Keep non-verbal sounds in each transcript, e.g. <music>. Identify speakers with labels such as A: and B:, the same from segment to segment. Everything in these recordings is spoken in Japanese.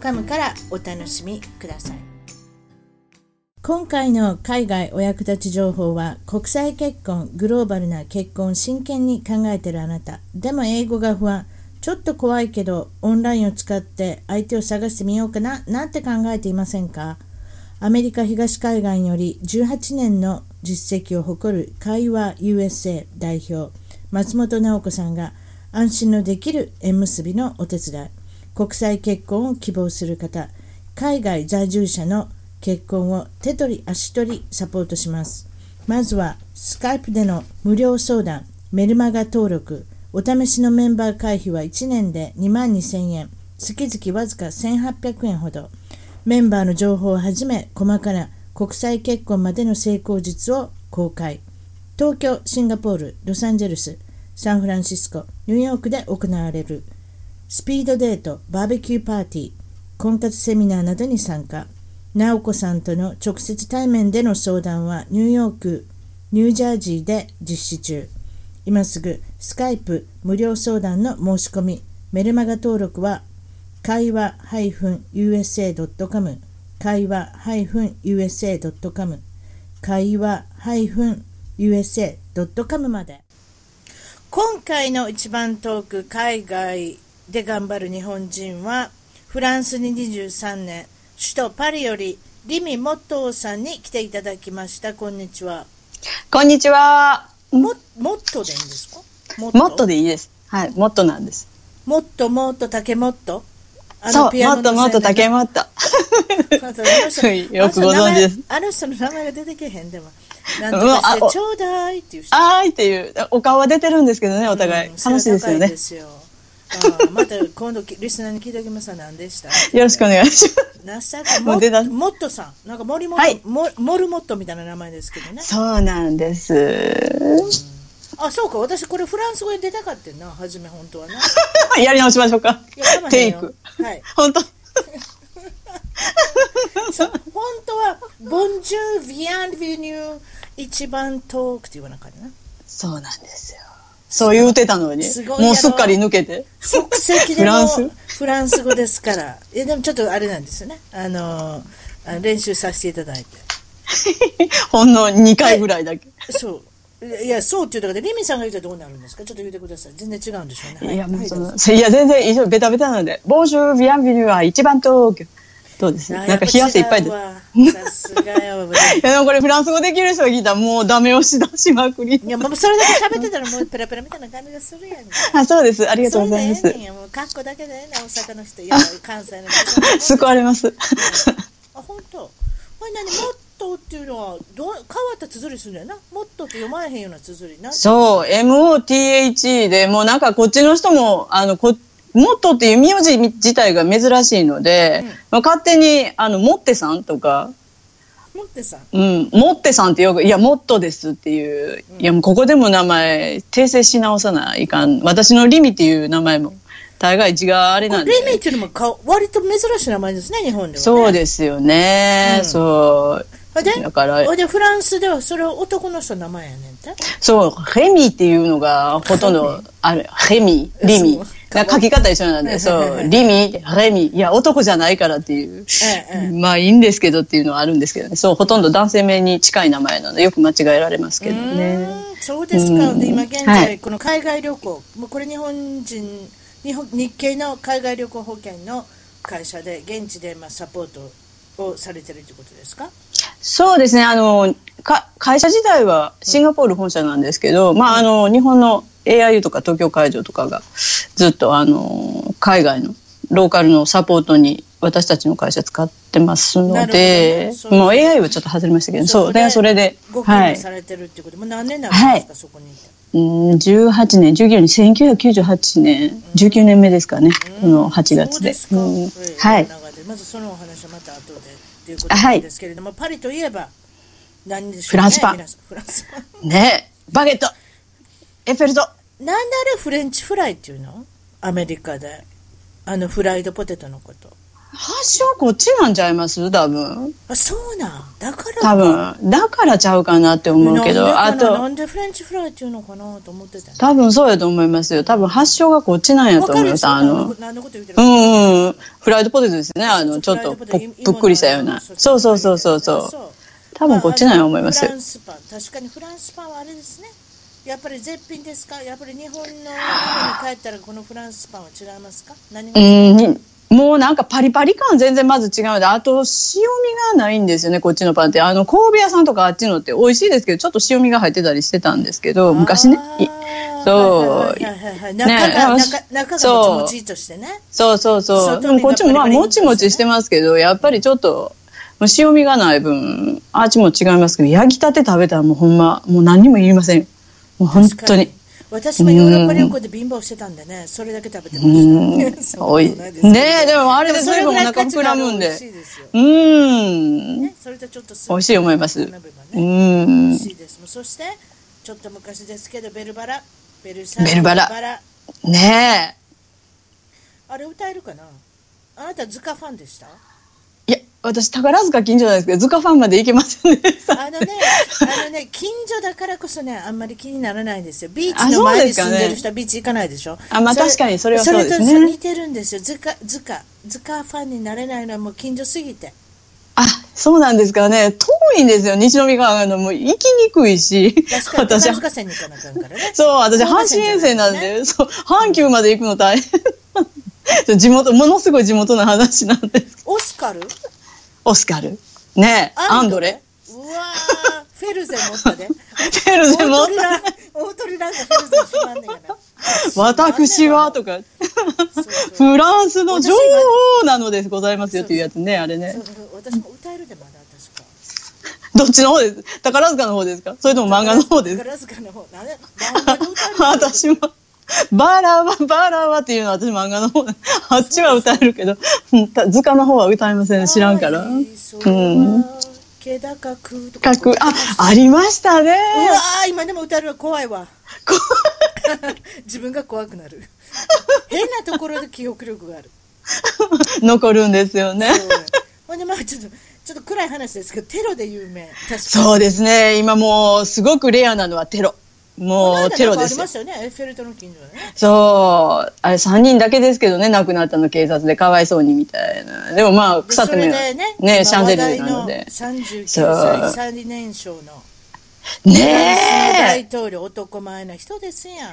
A: .com からお楽しみください今回の海外お役立ち情報は国際結婚グローバルな結婚を真剣に考えてるあなたでも英語が不安ちょっと怖いけどオンラインを使って相手を探してみようかななんて考えていませんかアメリカ東海岸より18年の実績を誇る会話 USA 代表松本直子さんが安心のできる縁結びのお手伝い国際結婚を希望する方海外在住者の結婚を手取り足取りサポートしますまずはスカイプでの無料相談メルマガ登録お試しのメンバー会費は1年で2万2000円月々わずか1800円ほどメンバーの情報をはじめ細かな国際結婚までの成功術を公開東京シンガポールロサンゼルスサンフランシスコニューヨークで行われるスピードデートバーベキューパーティー婚活セミナーなどに参加直子さんとの直接対面での相談はニューヨークニュージャージーで実施中今すぐスカイプ無料相談の申し込みメルマガ登録は会話 -usa.com 会話 -usa.com 会話 -usa.com まで今回の一番遠く海外で頑張る日本人はフランスに23年首都パリよりリミ・モットーさんに来ていただきましたこんにちは
B: こんにちは。
A: もモットーでいいんですかモ
B: もっとでいいです。はい、もっとなんです。
A: もっともっと竹もっとあ
B: そう、もっともっと竹もっと。
A: あと
B: <laughs>
A: あの人
B: はいよくご存知です
A: あの人の名前あの人の名前が出てけへんでも。なんと
B: うわ
A: かして
B: あお
A: ちょうだいっていう人。
B: あーいっていう、お顔は出てるんですけどね、お互い。
A: うん
B: 楽しいですよ
A: 背が高
B: ね
A: で。すよああまた今度きリスナーに聞いておきますは何でした
B: よろしくお願いします。
A: なさ
B: <laughs>
A: か
B: も
A: も
B: う出た
A: もっとさん。なんか森も
B: はい
A: もモルモットみたいな名前ですけどね。
B: そうなんです。 <laughs>
A: あ、そうか。私これフランス語で出たかってんな。はじめ本当はな。い
B: やり直しましょうか。
A: や我慢
B: テ
A: へん
B: イ
A: よ
B: ク。
A: はい。
B: 本当 <laughs>
A: そう本当は、ボンジュー、ビアン、ビニュー、一番遠くって言わなあかったな。
B: そうなんですよ。そう言うてたのに
A: すごいや、ろ
B: もうすっかり抜けて。
A: 即席で
B: フラ
A: も
B: ンス
A: フランス語ですから。えでもちょっとあれなんですよね。あのあ練習させていただいて。
B: ほんの2回ぐらいだけ。
A: そう。いや、そうっていうとこで、リミさんが言うとどうなるんですかちょっと言ってください。全然違うんでしょうね。はい
B: や、もうそ
A: は
B: の、 <laughs> いや、全然一緒、ベタベタなので。ボージュー、ビアンビニューは一番東京。どうです
A: あ
B: なんか冷や汗いっぱいです。
A: やっぱ違うわさすがやわ。
B: <laughs> いやでもこれフランス語できる人が聞いたらもうダメ押し出しまくり
A: い。や、もうそれだけ喋ってたらもうペラペラみたいな感じがするやんか。
B: あ、 <laughs> そうです。ありがと
A: そうれ
B: ご
A: で
B: ざい
A: え
B: ま
A: え
B: す
A: ねん。や。もう格好だけでええねん、大阪の人。いや、関西の人。
B: <laughs> 救われ <laughs> ます。
A: あ、本当。これ何、モットーっていうのは、どう、変わった綴りするんだよな。モットーって読まれへんような綴り。なん
B: そう、MOTHE で、もうなんかこっちの人も、あの、こ、モットっていう名字自体が珍しいので、
A: うん
B: まあ勝手に、あの、モッテさんとか、
A: モッテさん。
B: うん、モッテさんってよく、いや、モットですっていう、いや、もうここでも名前、訂正し直さないかん。私のリミっていう名前も、大概違うあれなんで。
A: レミっていうのもか、割と珍しい名前ですね、日本では、ね。
B: そうですよね、
A: うん
B: そう。
A: ほいで、
B: だから
A: ほいで、フランスではそれは男の人の名前やねんて。
B: そう、ヘミっていうのがほとんどある。ヘミ、リミ
A: そう。
B: な書き方一緒なんで、そう、リミ、ヘミ。いや、男じゃないからっていう。
A: えええ
B: まあいいんですけどっていうのはあるんですけどね。そう、ほとんど男性名に近い名前なので、よく間違えられますけどね。
A: うんそうですか。で、今現在、
B: はい
A: この海外旅行、もうこれ日本人、日本日系の海外旅行保険の会社で、現地でまあサポートをされてるということですか
B: そうですね、あの、か会社自体はシンガポール本社なんですけど、まああの、日本の AIU とか東京会場とかがずっとあの、海外のローカルのサポートに私たちの会社使ってます
A: なる
B: の
A: ほどね
B: で、
A: そう
B: もう AI はちょっと外れましたけど、そう、
A: で
B: でそれで、
A: ご勤
B: はい
A: 務。されてるってこと、もう何年になるんですか、そこにいて。
B: うん18年、19年、1998年、19年目ですかね、この8
A: そう
B: 月
A: で
B: で。
A: すか。
B: うん
A: ええ
B: はい。
A: 長でまずそのお話はまた後でというこ
B: あ
A: と
B: は
A: ないんですけれども、パリといえば何でしょうね
B: フランスパン
A: 皆さんフランスパン
B: ねバゲットエッフェル塔
A: なんであれフレンチフライっていうのアメリカであのフライドポテトのこと
B: 発祥はこっちなんちゃいます多分
A: あそうなんだから
B: 多
A: <laughs>
B: 分だからちゃうかなって思うけど
A: な
B: あ
A: んでかなな
B: と
A: んでフレンチフライっていうのかなと思ってた
B: 多分そうやと思いますよ多分発祥がこっちなんや
A: わ
B: と
A: か
B: 思い
A: る
B: ま
A: ですしょ
B: あの
A: 何のこと言ってる
B: う
A: か
B: んうんフライドポテトですねあのちょっと
A: フライドポ
B: ぽ
A: テト
B: ぷっくりしたような
A: 芋の
B: そうそうそうそうそう多分こっちなんやと思います
A: フ
B: よ
A: ランスパン確かにフランスパンはあれですねやっぱり絶品ですかやっぱり日本の中に帰ったらこのフランスパンは違いますか何
B: う
A: が
B: んにもうなんかパリパリ感全然まず違うのであと塩味がないんですよねこっちのパンってあの神戸屋さんとかあっちのって美味しいですけどちょっと塩味が入ってたりしてたんですけど昔ねい
A: あー
B: そう
A: はいはいはいはい
B: ね
A: 中が
B: よし
A: 中中
B: そ
A: が
B: う
A: もちもちとしてね
B: そうそうそう
A: 外
B: で
A: 身が
B: もこっちもまあ
A: パリパリ
B: もちもちしてますけどやっぱりちょっともう塩味がない分あっちも違いますけど焼きたて食べたらもうほんまもう何にもいりませんもう本
A: 確
B: 当
A: か
B: に
A: 私もヨーロッパ旅行で貧乏してたんでねそれだけ食べてま
B: うん
A: した <laughs> そんな
B: お
A: こ
B: い
A: となですけど
B: ねえでもあれで
A: そ
B: 随
A: れ
B: 分お
A: ぐらい
B: 腹膨らむん
A: 価
B: で
A: 値がある美味しいですよ
B: うーん
A: ね、それとちょっと
B: 美味しい思います
A: 鍋ば
B: う
A: ね
B: ー
A: 美
B: ん
A: 味しいですもんそしてちょっと昔ですけどベルバラベルサイユ
B: ベルバラねえ
A: あれ歌えるかなあなたズカファンでした
B: いや、私、宝塚近所なんですけど、塚ファンまで行けませんね。
A: <laughs> あのねあのね近所だからこそねあんまり気にならないんですよビーチ
B: あ
A: の
B: そう
A: 前
B: で
A: に
B: すか
A: 住
B: ね
A: んでる人はビーチ行かないでしょ
B: あまあ確かにそれはそうですね
A: それと似てるんですよズカズカズカファンになれないのはもう近所すぎて
B: <laughs> あ、そうなんですかね。遠いんですよ、西宮川の。もう行きにくいし。
A: 確かに
B: <laughs> 私
A: 宝、塚線に行かなあかんからね
B: <laughs> そう、私、
A: 新幹
B: 阪
A: 線じゃ
B: 神
A: ない
B: 遠征なんで、そう、阪急まで行くの大変。そう地元、ものすごい地元の話なんです。
A: オスカル
B: オスカル。ねえ、アンドレ。
A: うわーフェルゼン持
B: <laughs>
A: ったで
B: ペルゼも
A: 大、鳥ラン、大鳥ランがフェルゼンしまんねんがな。
B: <laughs> 私は、とか、
A: そうそう
B: フランスの女王なのでございますよっていうやつね、あれね
A: そう。そう私も歌えるでまだ確か。
B: どっちの方です宝塚の方ですかそれとも漫画の方ですか
A: 宝塚の方、なんで漫画で歌えるの。
B: 私も。バラはバラはっていうのは私漫画の方あっちは歌えるけどうんた図鑑の方は歌えません知らんから
A: はいそう
B: うん
A: 気高くとか。
B: かっこいいあありましたね
A: うわー今でも歌えるわ怖いわ。 <laughs> 自分が怖くなる。 <laughs> 変なところで記憶力がある。
B: 残るんですよね
A: そうほんでまあちょっとちょっと暗い話ですけどテロで有名。確かに。
B: そうですね今もうすごくレアなのはテロ
A: この
B: も
A: 間
B: うテロで
A: なんかあり
B: すよ
A: ましたよね。エッフェル塔の近所でね。
B: そうあれ3人だけですけどね亡くなったの警察でかわいそうにみたいなでもま
A: で
B: あ腐ってみ
A: そ
B: る
A: れでね
B: ねシャンゼリ
A: ゼ
B: ゼなので
A: 39
B: そう
A: 歳最年少のフラン
B: ね
A: スの大統領男前な人ですやん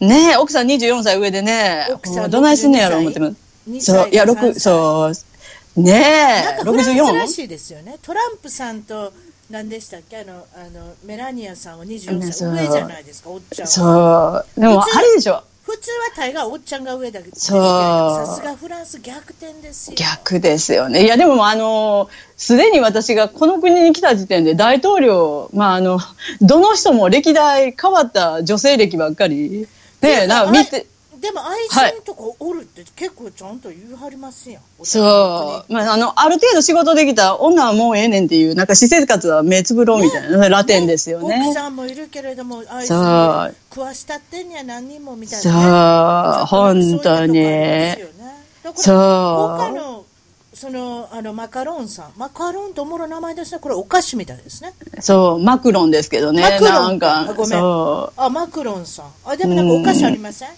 B: えねえ奥さん24歳上でね
A: 奥さん
B: もうどないすんねやろ思ってます
A: 2歳
B: そういや六
A: う
B: そうね
A: なん
B: え
A: かフ
B: 六
A: ラ
B: 十
A: ンス
B: 四
A: らしいですよねトランプさんと何でしたっけあのあのメラニアさんは24歳
B: そう
A: 上じゃないですかおっちゃんは
B: そうでも
A: 普通
B: あれでしょ
A: 普通は大概おっちゃんが上だけど
B: そう
A: さすがフランス逆転ですよ
B: 逆ですよねいやでもあのすでに私がこの国に来た時点で大統領まああのどの人も歴代変わった女性歴ばっかりねえなんか見て
A: でも愛人とかおるって結構ちゃんと言うはりますやん、
B: そう、まあ、あのある程度仕事できた女はもうええねんっていうなんか私生活は目つぶろうみたいな、ラテンですよね
A: 奥さんもいるけれども、あいつ
B: そう
A: も食わしたってんや何人もみたい
B: そ
A: なね。
B: う本
A: そいうとこあ
B: 当にそうう
A: りますよね。だから今回のそのあのマカロンさん、マカロンとおもろい名前ですね。これお菓子みたいですね。
B: そうマクロンですけどね
A: マクロン
B: なんか
A: あごめん
B: そう
A: あマクロンさん。あでもなんかお菓子ありません？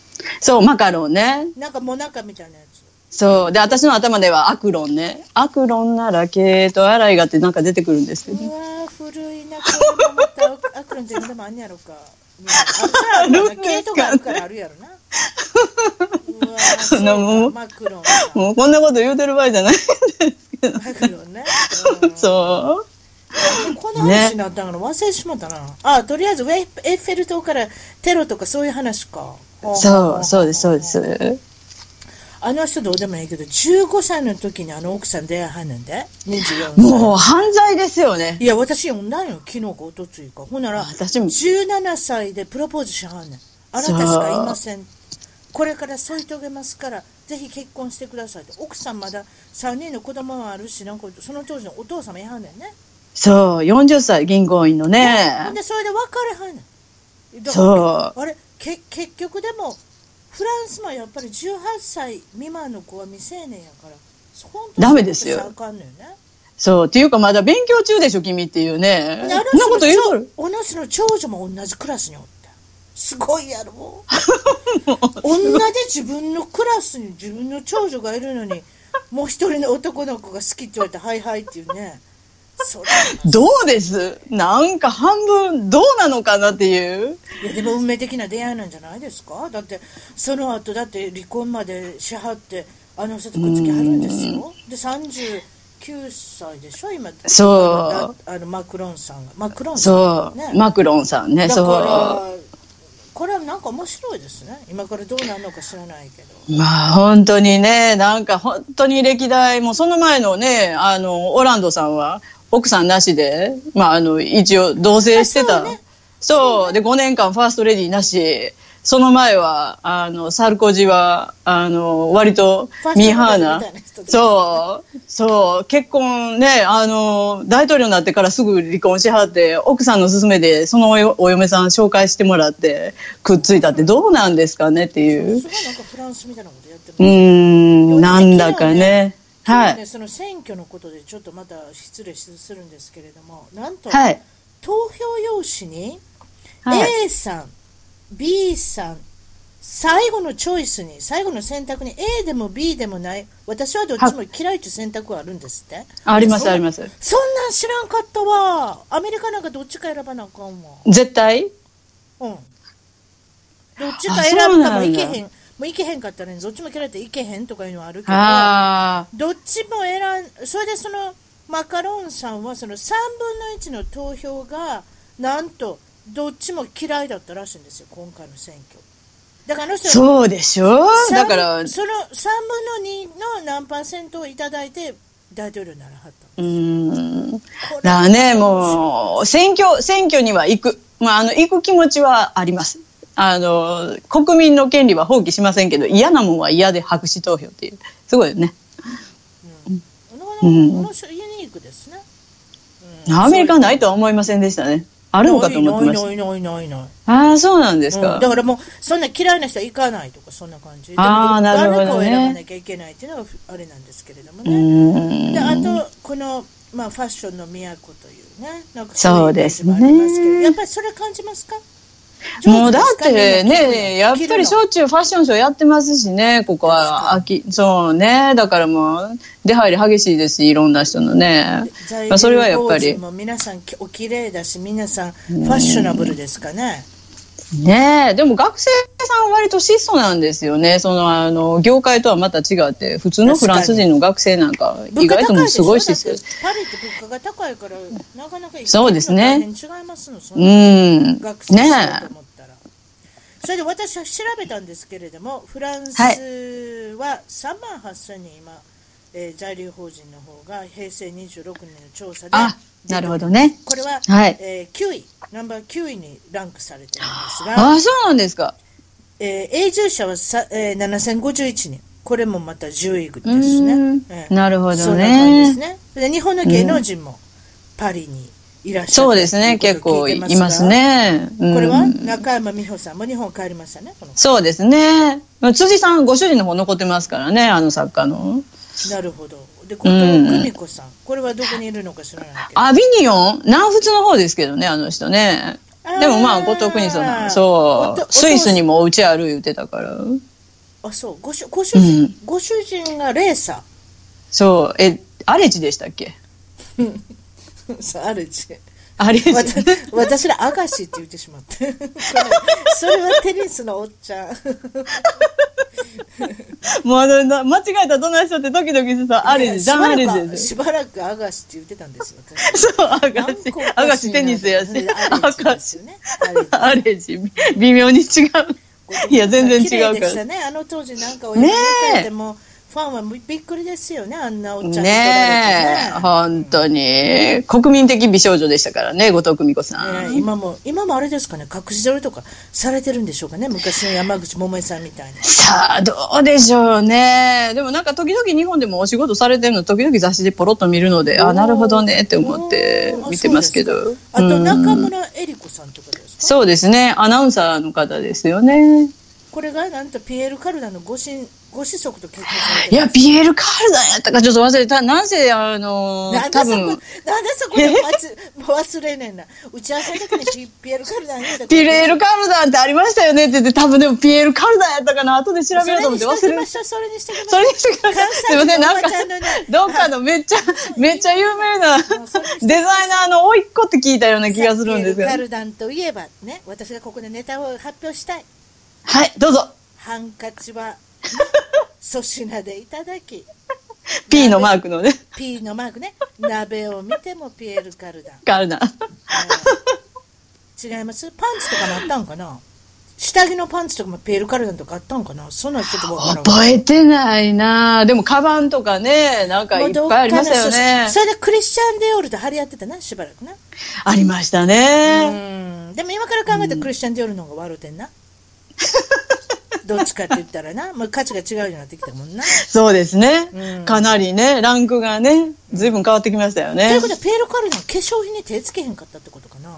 B: そう、マカロンね。
A: なんかモナカみたいなやつ。
B: そう。で、私の頭ではアクロンね。アクロンなら毛と洗いがってなんか出てくるんですけど。
A: うわー古いなこれもまたアクロン自分でもあんやろ
B: <laughs>
A: か。うんあるから
B: あるんですか
A: 系
B: ね
A: 統があるからあるや
B: <laughs>
A: ろな。うわーそう
B: なも
A: か
B: う
A: マクロンさん。
B: もうこんなこと言うてる場合じゃないんですけど。
A: マクロンね。うん
B: そ
A: この話になったから忘れてしまったな。あ、とりあえずウェイエッフェル塔からテロとかそういう話か。
B: う。そう、そうです、そうで
A: あ
B: す。
A: あの人どうでもいいけど、15歳の時にあの奥さん出会いはんねんで、24歳。
B: もう犯罪ですよね。
A: いや、私読んだんよ、昨日か一昨日か。ほんなら、
B: 私も
A: 17歳でプロポーズしはんねん。あなたしかいません。これから添い遂げますから、ぜひ結婚してくださいって奥さんまだ3人の子供もあるしなんかその当時のお父様やはんねんね
B: そう、40歳、銀行員のね。
A: でそれで別れはんねんだから
B: そう。
A: あれけ結局でもフランスはやっぱり18歳未満の子は未成年やから本当に
B: ダメですよ
A: そういうことしちゃあかんのよね
B: そう、っていうかまだ勉強中でしょ、君っていうね。
A: であ
B: そんなこと言うと
A: の人の
B: る。
A: 長お主の長女も同じクラスにおってすごいやろ同じ自分のクラスに自分の長女がいるのにもう一人の男の子が好きって言われて「はいはい」っていうねそれ
B: どうですなんか半分、どうなのかなっていう。
A: いやでも運命的な出会いなんじゃないですかだってその後だって離婚までしはってあの人とくっつきはるんですよで39歳でしょ今
B: そう
A: あのマクロンさんがマクロンさん
B: そう、
A: ね
B: マクロンさんね、
A: だか
B: そう。
A: らこれはなんか面白いですね今からどうなるのか知らないけど
B: まあ本当にね、なんか本当に歴代、もうその前のね、あの、オランドさんは奥さんなしで、まああの、一応同棲して
A: あそ
B: た。
A: う
B: そう,、
A: ね
B: で、5年間ファーストレディーなし、その前は、あの、サルコジは、あの、割とミーハー
A: ファ
B: な
A: ーストレディーみたいな人。です
B: そう、そう、結婚ね、あの、大統領になってからすぐ離婚しはって、奥さんの勧めで、そのおよお嫁さん紹介してもらって、くっついたってどうなんですかねっていう。
A: すごいなんかフランスみたいなことやってます
B: うーん、なんだかね。は
A: 昨日ね
B: い。
A: その選挙のことでちょっとまた失礼するんですけれどもなんと、
B: はい。
A: 投票用紙に
B: はい
A: A さん、B さん、最後のチョイスに、最後の選択に A でも B でもない、私はどっちも嫌いという選択はあるんですって。
B: あります
A: そんな
B: あります
A: そんなん知らんかったわ。アメリカなんかどっちか選ばなあかんわ。
B: 絶対
A: うん。どっちか選ぶかもいけへん。もういけへんかったらね、どっちも嫌いっていけへんとかいうのはあるけど。
B: あ
A: どっちも選んそれでそのマカロンさんはその3分の1の投票がなんとどっちも嫌いだったらしいんですよ今回の選挙だからあの
B: あ、
A: 人は
B: そうでしょ
A: さん
B: だから、う
A: その3分の2の何パーセントをいただいて大統領にならはった
B: ーん。
A: これ
B: だね、もう、選挙、選挙には行く。まあ、あの、行く気持ちはあります。あの、国民の権利は放棄しませんけど、嫌なもんは嫌で白紙投票っていう。すごいよね。
A: なかなか面白いユニークですね
B: アメリカはないとは思いませんでしたね。あるのかと思ってまし
A: ないないないないない
B: た。ああ、そうなんです
A: うん
B: か
A: だ。からもうそんな嫌いな人は行かないとかそんな感じで
B: あーなる
A: 誰
B: ほどね
A: かを選ばなきゃいけないっていうのがふあれなんですけれども
B: う
A: ね、
B: ーん
A: であとこの、まあ、ファッションの都というねなんか
B: そうですね
A: そういうイメージもありますけどやっぱりそれ感じますか
B: もうだってね、やっぱりしょ
A: ョ
B: っちゅうファッションショーやってますしね、ここは秋、そうね、だからもう、出入り激しいですし、いろんな人のね。まあ、それはやっぱり、
A: もう皆さんきお綺麗だし皆さんファッショナブルですかね、
B: ねえ、でも学生さんは割と質素なんですよね、その、あの、業界とはまた違って、普通のフランス人の学生なんか、意外ともうすごい質素
A: だっ。てパリって物価が高いからなかなか行くの
B: そうですね
A: 大変違いますのそん
B: う、
A: なん
B: ね
A: 学生だと思ったら、それで私は調べたんですけれどもフランスは
B: はい
A: 3万8000人今、えー在留邦人の方が平成26年の調査で
B: あ、なるほどね。
A: これは、
B: はい
A: えー9位ナンバー9位にランクされてるんですが、
B: ああ、そうなんですか。
A: えー永住者はさ、えー7051人これもまた10位で
B: う
A: すね、
B: ん
A: え、え
B: なるほ
A: そ
B: ど
A: んな感じで
B: ね
A: す。ねで日本の芸能人もパリにいらっしゃる
B: そうですね、
A: とい
B: 結
A: うことを
B: 構
A: 聞
B: い
A: て
B: ます
A: が
B: ね。うん
A: これは中山美穂さんも日本帰りましたね、この
B: そうですね。辻さん、ご主人の方残ってますからね、あの作家の。
A: なるほど。で、後藤久美子さん、これはどこにいるのか知らないけど。
B: アビニオン南仏の方ですけどね、あの人ね。でもまあ、
A: あー
B: 後藤邦さん、
A: お
B: そ
A: とお
B: う
A: 父。さん
B: スイスにもお家ある言ってたから。
A: あ、そう、ご主ご主人、
B: うん
A: ご主人がレーサ
B: そう。え、アレジでしたっけ
A: ー。そうある
B: <laughs>
A: ち。
B: アレジ。
A: わた私らアガシって言ってしまって。 <laughs> これそれはテニスのおっちゃん。
B: もうあの、な間違えたらどないしたってドキドキしてさ、アレジ、
A: し
B: ダン
A: ば
B: アレ
A: ら
B: ジ
A: く
B: です。
A: しばらくアガシって言ってたんですよ。私
B: そう、アガ
A: なんかおかし
B: シ
A: いな。
B: アガシテニスやし。
A: アガシですよね。アレジ
B: アレジ、微妙に違う。いや、全然違う
A: 綺麗で
B: か
A: し
B: ら
A: た。ね。あの当時なんかお嫁に行かれても、ファンはびっくりですよね、あんなおっちゃんに取られて
B: ねえ、本当に。国民的美少女でしたからね、後藤久美子さ
A: ね
B: ん。
A: え今も今もあれですかね隠し撮りとかされてるんでしょうかね昔の山口百恵さんみたいな
B: さあ、どうでしょうね。でもなんか時々日本でもお仕事されてるの、時々雑誌でポロッと見るので、
A: お
B: あ、
A: ー
B: なるほどねって思って見てますけ
A: あそう
B: ど
A: で。すかあと
B: うん
A: 中村江里子さんとかですか
B: そうですね。アナウンサーの方ですよね。
A: これがなんとピエール・カルダのご親ご子息と結婚されて
B: い
A: る
B: や、ピエール・カールだやったかちょっと忘れた。なんせ、あの
A: な、んで
B: 多
A: そこなん
B: 分
A: で、そこで忘忘れねえな打ち合わせの時にピピエール・カルダに言うた
B: ピエール・カールだってありましたよねって言って、多分でもピエール・カールだやったかな。後で調
A: そ
B: べよう
A: れ
B: と思
A: に
B: って
A: し
B: 忘
A: とき
B: れ
A: ま
B: ま
A: しょうそれにしてきまし
B: そ
A: ょう
B: れにしてください。すい
A: 関
B: ませ
A: 西の
B: ん、
A: お
B: な
A: ば
B: んか
A: ちゃんのね、
B: どっかのめっちゃ、めっちゃ有名な、デザイナーの甥いっ子って聞いたような気がするんです
A: ピエール
B: よ
A: カ。ルダンといえばね私がここでネタを発表したい
B: はい、どうぞ。
A: ハンカチは粗品でいただ
B: <laughs>
A: き
B: P のマークのね、
A: P のマークね鍋を見てもピエール・カルダン
B: カールだ。
A: 違いますパンツとかもあったんかな下着のパンツとかもペールカルダンとかあったんかなそんなんちょっとわからん
B: 覚えてないなぁでも、カバンとかね、なんかいっぱいありましたよね
A: そ。それでクリスチャン・ディオールと張り合ってたなしばらくな
B: ありました
A: う
B: ね。
A: んでも今から考えたらクリスチャン・ディオールの方が悪うてんな <laughs> どっちかって言ったらなもう価値が違うようになってきたもんな
B: そうですね、
A: うん
B: かなりね、ランクがね、ずいぶん変わってきましたよ
A: とい
B: ね
A: うこ。とはペールカルダン化粧品に手つけへんかったってことかな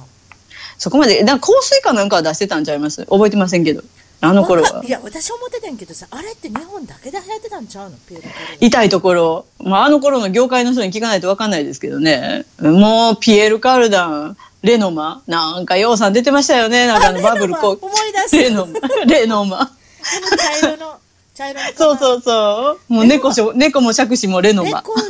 B: そこまで、なんか香水かなんかは出してたんちゃいます覚えてませんけど。あの頃
A: わ
B: は
A: かい。や私思ってたんやけどさあれって日本だけで流行ってたんちゃうのペールカルダン
B: 痛いところ、まあ、あの頃の業界の人に聞かないと分かんないですけどね、もうピエール・カルダン、レノマ、なんか、ようさん出てましたよね、なんかあの
A: あレノマ
B: バブルこう
A: 思い出す
B: レノマ、 <laughs> レノマ。
A: あの茶色
B: <laughs>
A: の、茶色の。
B: そうそうそう。もう猫しょ、猫も杓子もレノマ。
A: 猫、猫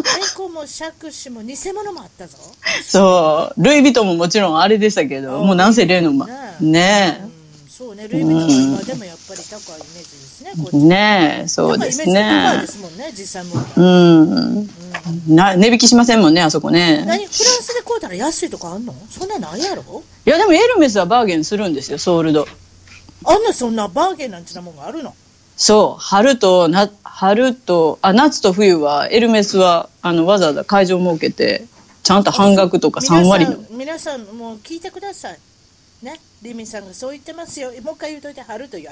A: も杓子も偽物もあったぞ。
B: そう。ルイ・ヴィトンももちろんあれでしたけど、もうなんせレノマ。
A: う
B: ね
A: ん、そうね、ルイ・ヴィトンは今でもやっぱり高いイメージですね、こっ
B: え。
A: ち。
B: ねえ、そう
A: 高い
B: で
A: イメ
B: す
A: ージ高いで
B: ね。
A: すもんね、実際も。
B: うん。な値引きしませんもんね、あそこね。
A: 何フランスで買うたら安いとかあんのそんなないやろ
B: いや、でもエルメスはバーゲンするんですよ、ソールド。
A: あんなそんなバーゲンなんちゅうなもんがあるの
B: そう春とな春とあ夏と冬はエルメスはあのわざわざ会場設けてちゃんと半額とか3割の
A: 皆さん、皆さんもう聞いてください。ね、リミさんがそう言ってますよ。もう一回言うといて、春と秋。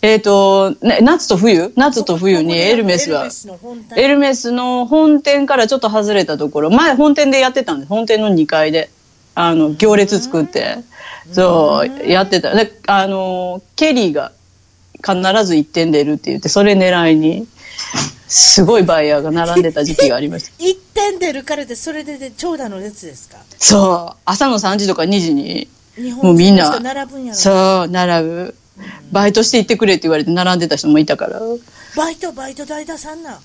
B: えっ、と、ね、夏と冬夏と冬にエルメス
A: エル
B: は
A: メスの本体
B: エルメスの本店からちょっと外れたところ前本店でやってたんです本店の2階であの行列作ってそうやってたであのケリーが必ず1点出るって言ってそれ狙いにすごいバイヤーが並んでた時期がありました
A: <laughs> 一点出るからでそれでで長蛇の列ですか
B: そう朝の3時とか2時に
A: 日本
B: もうみん
A: 人の
B: な
A: 人並ぶんやろ
B: そう並ぶバイトして行ってくれって言われて並んでた人もいたから
A: バイトバイト代出さんな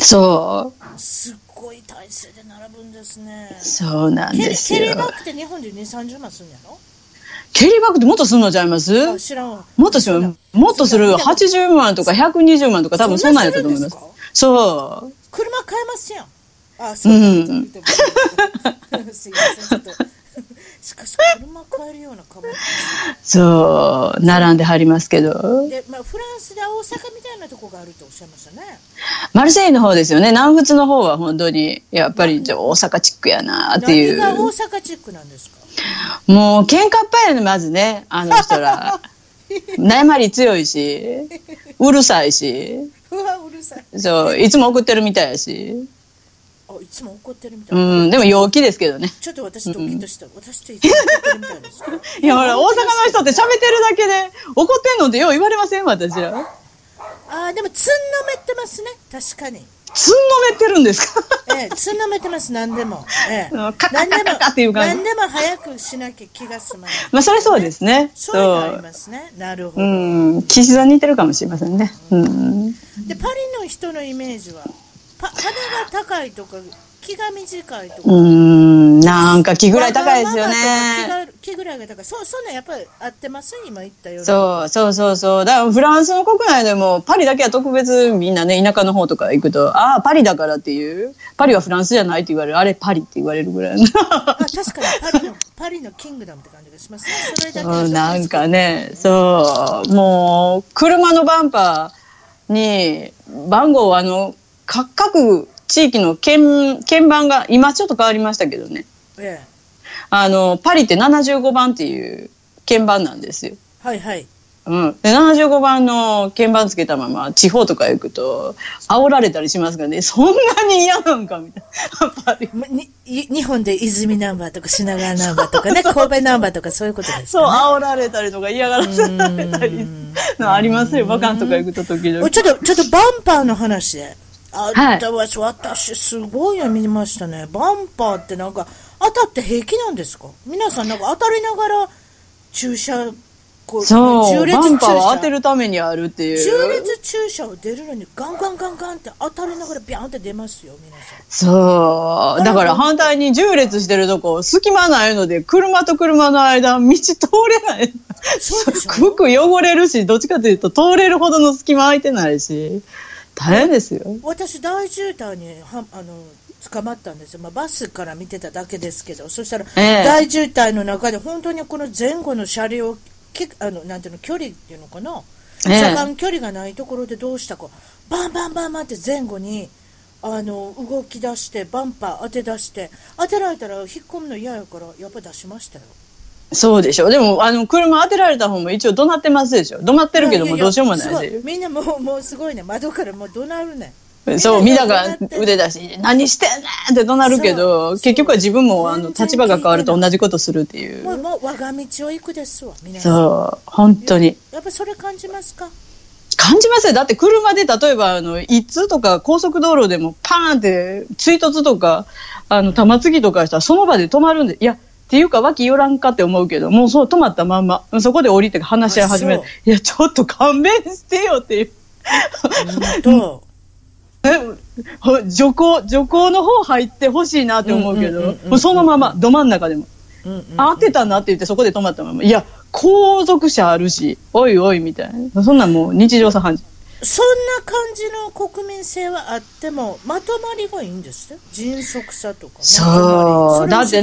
B: そう
A: すっごい体勢で並ぶんですね
B: そうなん
A: ケリ
B: です
A: ケリーバ
B: よ
A: ッグって日本人2三3 0万すんやろ
B: ケリーバッグってもっとすんのちゃいます
A: あ知らんわ
B: もっとするもっとする80万とか120万とか多分そんなんやったと思い
A: そ
B: ます
A: んなするんで
B: そ
A: 車買えますやんあそう、
B: う
A: ちょ
B: ん
A: っと見てもすいませんちょっとしかし車買えるようなかも
B: うそう並んではりますけど
A: で、まあ、フランスで大阪みたいなとこがあるとおっしゃいましたね
B: マルセイユの方ですよね南仏の方は本当にやっぱりじゃあ大阪チックやなってい
A: 何
B: う
A: が大阪チックなんですか
B: もう喧嘩っぱいやねまずねあの
A: <laughs>
B: 人ら悩まり強いしうるさいし
A: うわうるさい
B: そういつも送ってるみたいやし、
A: あいつも怒ってるみたいな
B: うん、でも陽気ですけどね
A: ちょっと私ドキッとした、私と一緒にやってるみたいですよ
B: いやほら大阪の人って喋ってるだけで怒ってんのってよう言われません私ら
A: ああでもつんのめってますね確かに
B: つんのめってるんです
A: <laughs>
B: か
A: ええつんのめってます何でも、ええ、
B: うんカッカ
A: 何
B: ッ
A: で
B: カッカ
A: も
B: ッカッっていう感じ
A: 何でも早くしなきゃ気が済まない
B: まあそれそうですね
A: そういうのあ
B: そ
A: り
B: う
A: ますねなるほ
B: う
A: ど、
B: ん岸田に似てるかもしれませんねうん
A: でパリの人のイメージはパ鼻が高いとか気が短いとか、
B: うんなんか気ぐらい高いですよ
A: わ
B: ね
A: がままとか気が気ぐらいが高いそうそんなんやっぱり合ってます今言ったような
B: そうそうそうそうだからフランスの国内でもパリだけは特別みんなね田舎の方とか行くとああパリだからっていうパリはフランスじゃないって言われるあれパリって言われるぐらいの
A: あ確かにパリのパリのキングダムって感じがしますねそれだけの
B: うんなん
A: 特別
B: かねそうもう車のバンパーに番号はあのか各地域の鍵鍵盤が今ちょっと変わりましたけどね
A: ええ
B: あのパリって75番っていう鍵盤なんですよ。
A: はいはい
B: うん、で75番の鍵盤つけたまま地方とか行くと煽られたりしますがね <laughs> そんなに嫌なんかみたいなパリ
A: まにい日本で泉ナンバーとか品川ナンバーとかね神戸ナンバーとかそういうことです
B: そう
A: か、
B: 煽られたりとか嫌がらせられたりのありますよバカンとか行くと時
A: ね
B: 々
A: おちょっとちょっとバンパーの話であ
B: はい
A: ったわ、私すごいの見ましたねバンパーってなんか当たって平気なんですか皆さんなんか当たりながら駐車こう
B: そうバン
A: 駐
B: パーを
A: 車
B: 当てるためにあるっていう
A: 中列駐車を出るのにガンガンガンガンって当たりながらビャンって出ますよ皆さん
B: そう。だから反対に縦列してるとこ、隙間ないので、車と車の間、道通れない。
A: そうで
B: <laughs>
A: しょ
B: 服汚れるし、どっちかというと通れるほどの隙間空いてないし、大変ですよ。
A: 私大渋滞にはあの捕まったんですよ、まあ、バスから見てただけですけどそしたら
B: ええ
A: 大渋滞の中で本当にこの前後の車両けあのなんていうの距離っていうのかな、
B: ええ
A: 車間距離がないところでどうしたかバンバンバンバンって前後にあの動き出してバンパー当て出して当てられたら引っ込むの嫌やからやっぱ出しましたよ。
B: そうでしょ。でも、あの、車当てられた方も一応怒鳴ってますでしょ。怒鳴ってるけども、
A: いや
B: どうしようも
A: や
B: ない
A: すご
B: し。
A: みんなもうもうすごいね窓からもう怒鳴るね
B: そう、
A: みん
B: み
A: な
B: だ
A: 怒鳴
B: が
A: って
B: 腕出し、何してんねんって怒鳴るけ
A: そう
B: ど、結局は自分も、あの、
A: 全然
B: 立場が変わると同じことするってい
A: もう
B: う。
A: もう我が道を行くですわ皆さん
B: そう、本当に。
A: やっぱそれ感じますか
B: 感じますよ。だって車で例えば、あの、一通とか高速道路でもパーンって追突とか、あの、玉突きとかしたらその場で止まるんで、いや、っていうか脇寄らんかって思うけど、もうそう止まったまんま、そこで降りて話し合い始める
A: あそ。
B: いや、ちょっと勘弁してよっていう。
A: と、
B: えほ <laughs> 徐行、徐行の方入ってほしいなって思うけ
A: うんうん
B: ど
A: うんうん、
B: もうそのまま、ど真ん中で
A: う
B: も。
A: んうん
B: あ合ってたなって言ってそこで止まったまま、いや、後続車あるし、おいおいみたいな。そんなんもう日常茶飯事。
A: そんな感じの国民性はあってもまとまりがいいんですね迅速さとかね
B: そう。
A: まとまり
B: だっ
A: それを教
B: て
A: え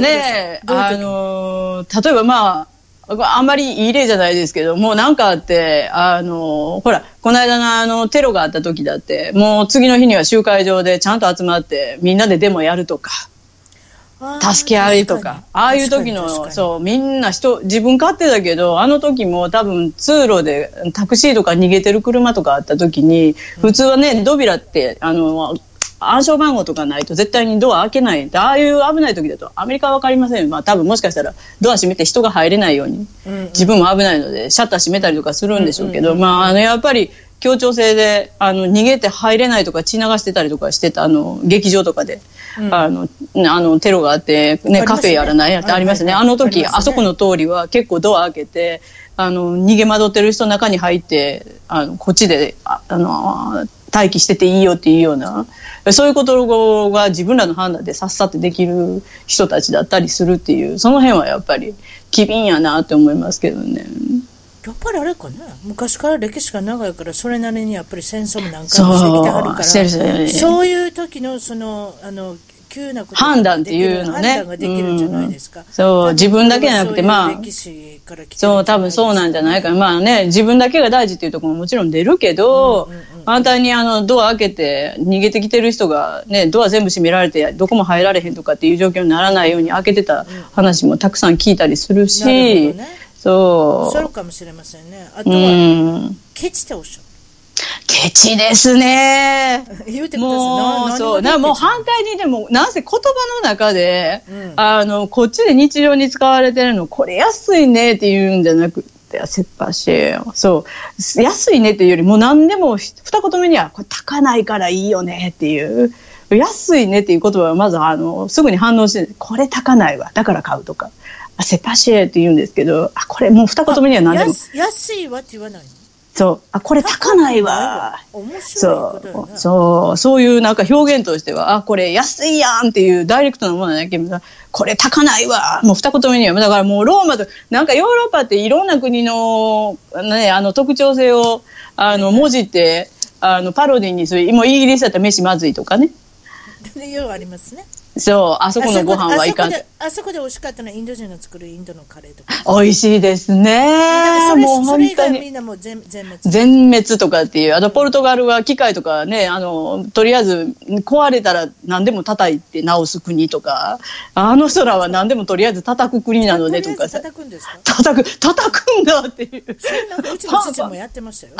A: て、
B: ね
A: くださ
B: あ
A: いどういう時
B: のー、例えばまあ、あんまりいい例じゃないですけど、もうなんかあって、あのー、ほら、この間のあの、テロがあった時だって、もう次の日には集会場でちゃんと集まって、みんなでデモやるとか、
A: あー
B: 助け合いとか、
A: 確に
B: ああいう時
A: 確か
B: の、
A: に
B: そう、みんな人、自分勝手だけど、あの時も多分通路でタクシーとか逃げてる車とかあった時に、普通はね、ドビラって、あの、暗証番号とかないと絶対にドア開けないってああいう危ない時だとアメリカは分かりませんよ、まあ、多分もしかしたらドア閉めて人が入れないように
A: うんうん
B: 自分も危ないのでシャッター閉めたりとかするんでしょうけど、まあ、あのやっぱり協調性であの逃げて入れないとか血流してたりとかしてたあの劇場とかで、あのあのテロがあって、
A: ありますね
B: ね、カフェやらないやってありますね、
A: はいは
B: あ
A: いはい
B: の時
A: ありますね
B: あそこの通りは結構ドア開けてあの逃げ惑ってる人の中に入ってあのこっちでああの待機してていいよっていうようなそういうことが自分らの判断でさっさとできる人たちだったりするっていうその辺はやっぱり機敏やなって思いますけどね。
A: やっぱりあれかね昔から歴史が長いからそれなりにやっぱり戦争も何回もしてきて
B: そう
A: はるから
B: してるしてる
A: そういう時のそのあの急なことが
B: 判断っていうのね
A: 判断ができるんじゃないですか、
B: うんそう
A: 多分
B: 自分だけじゃなくてま
A: そ
B: あ
A: ういう歴史から来てる
B: そう、多分そうなんじゃないかな。まあね、自分だけが大事っていうところももちろん出るけど、反対にあの、ドア開けて逃げてきてる人が、ね、ドア全部閉められて、どこも入られへんとかっていう状況にならないように開けてた話もたくさん聞いたりするし、
A: なるほどね
B: そ
A: そうかもしれませんねあと
B: う。う
A: は、
B: ん。
A: ケチっておっしゃ
B: ケチですね。
A: る言う <laughs> てください
B: もう、
A: な
B: そう、
A: 何
B: な
A: が
B: もう
A: ケチなの
B: 反対にでも、なんせ言葉の中で、
A: うん
B: あの、こっちで日常に使われてるの、これ安いねって言うんじゃなくて、せっぱし、そう、安いねっていうよりも、何でもひ二言目には、これ高ないからいいよねっていう、安いねっていう言葉はまず、あの、すぐに反応して、これ高ないわ、だから買うとか、あせっぱしって言うんですけど、あ、これもう二言目には何でも、
A: 安安いわって言わないの
B: そう、あ、これ高ないわ。
A: 面白い
B: そ
A: ことよね
B: う、そう、そういうなんか表現としては、あ、これ安いやんっていうダイレクトなものなんやけど、これ高ないわ。もう二言目には、だからもうローマと、なんかヨーロッパっていろんな国の、ね、あの特徴性を、あの、文字って、あの、パロディにする、もうイギリスだったら飯まずいとかね。
A: ようありますね
B: そう、あそこのご飯はいかん
A: あそこ。であそこで美味しかったのはインド人の作るインドのカレーとか。
B: 美味しいですね。
A: それ
B: もう
A: それ
B: 本
A: 以
B: 当
A: 外み
B: に。
A: んなもう全全滅。
B: 全滅とかっていう、あとポルトガルは機械とかね、あの、とりあえず壊れたら何でも叩いて直す国とか、あの人らは何でもとりあえず叩く国なのでと
A: とりあえ
B: か
A: ず
B: さ、
A: 叩くんですか
B: 叩く、叩くんだっていう。
A: なんかうち
B: <laughs>
A: の父もやってましたよ。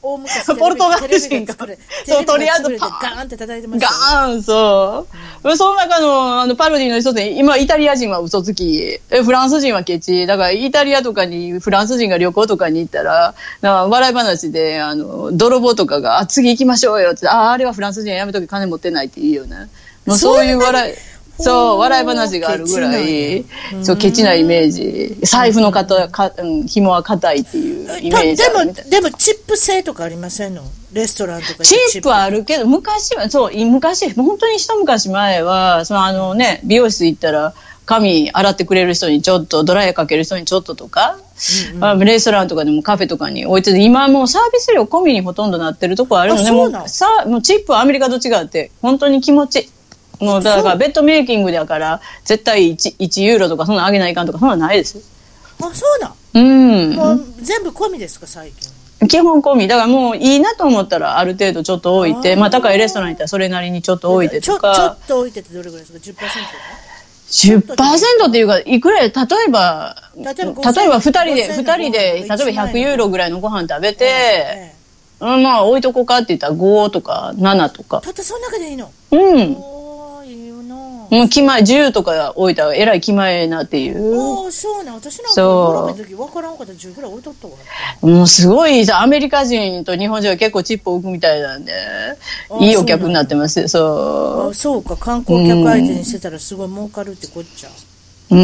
A: 大昔テレビ
B: ポルトガル人
A: テ
B: が
A: レビが作れ
B: そう
A: テレビが作
B: とりあえ
A: れ
B: ず
A: て
B: パ
A: ガ
B: ーン
A: ーンって叩いてまし
B: ガ
A: たよ。
B: ーン、そう。その中のあのパロディの一つに、今、イタリア人は嘘つき、えフランス人はケチ。だから、イタリアとかに、フランス人が旅行とかに行ったら、な笑い話で、あの、泥棒とかが、あ、次行きましょうよって、あ、あれはフランス人やめとき金持ってないっていいよね。もうそういう笑い。
A: に
B: そ
A: ほ
B: う、
A: う
B: 笑い話があるぐらい
A: ケ、
B: そう、ケチなイメージ。財布のかた、か、うん、紐は硬いっていうイメージあるみたいな
A: たでも、でもチップ製とかありませんのレストランとかで
B: チップはあるけど、昔は、そう、い昔、本当に一昔前は、そのあのね、美容室行ったら、髪洗ってくれる人にちょっと、ドライヤーかける人にちょっととか、あレストランとかでもカフェとかに置いてて、今もうサービス料込みにほとんどなってるとこあるの
A: あ
B: ね、
A: そ
B: も
A: うなの
B: うさもうチップはアメリカと違って、本当に気持ち。もうだからベッドメイキングだから絶対 1, 1ユーロとかそんなんあげないかんとかそんなんないですよ。
A: あ、そうなん。
B: うん。
A: もう全部込みですか、最近。
B: 基本込みだからもういいなと思ったらある程度ちょっと置い
A: あ
B: て
A: ー
B: まあ高いレストラン行ったらそれなりにちょっと置いてと
A: ちょちょ
B: か
A: っと置いてってどれぐらいですか ?10%?
B: 10%っていうかいくらや例えば
A: 例
B: 例
A: え
B: え
A: ば5000
B: ば2人で
A: 5000
B: ,2 人で例え
A: の
B: ば
A: ご飯
B: 100ユーロぐらいのご飯食べて、
A: ええ
B: うん、まあ置いとこうかって言ったら5とか7とか
A: たったその中でいいの
B: うん
A: おー、いいな
B: もう気前10とか置いたらえらい気前なっていう
A: おー、そうなん。私なんか
B: そう
A: ヨーロッパの時分からんかったら10ぐらい置いとったわ。
B: もうすごいさアメリカ人と日本人は結構チップを置くみたいなんで
A: ー
B: いいお客になってますよそう
A: あそうか、観光客相手にしてたらすごい儲かるってこっちゃ。
B: うん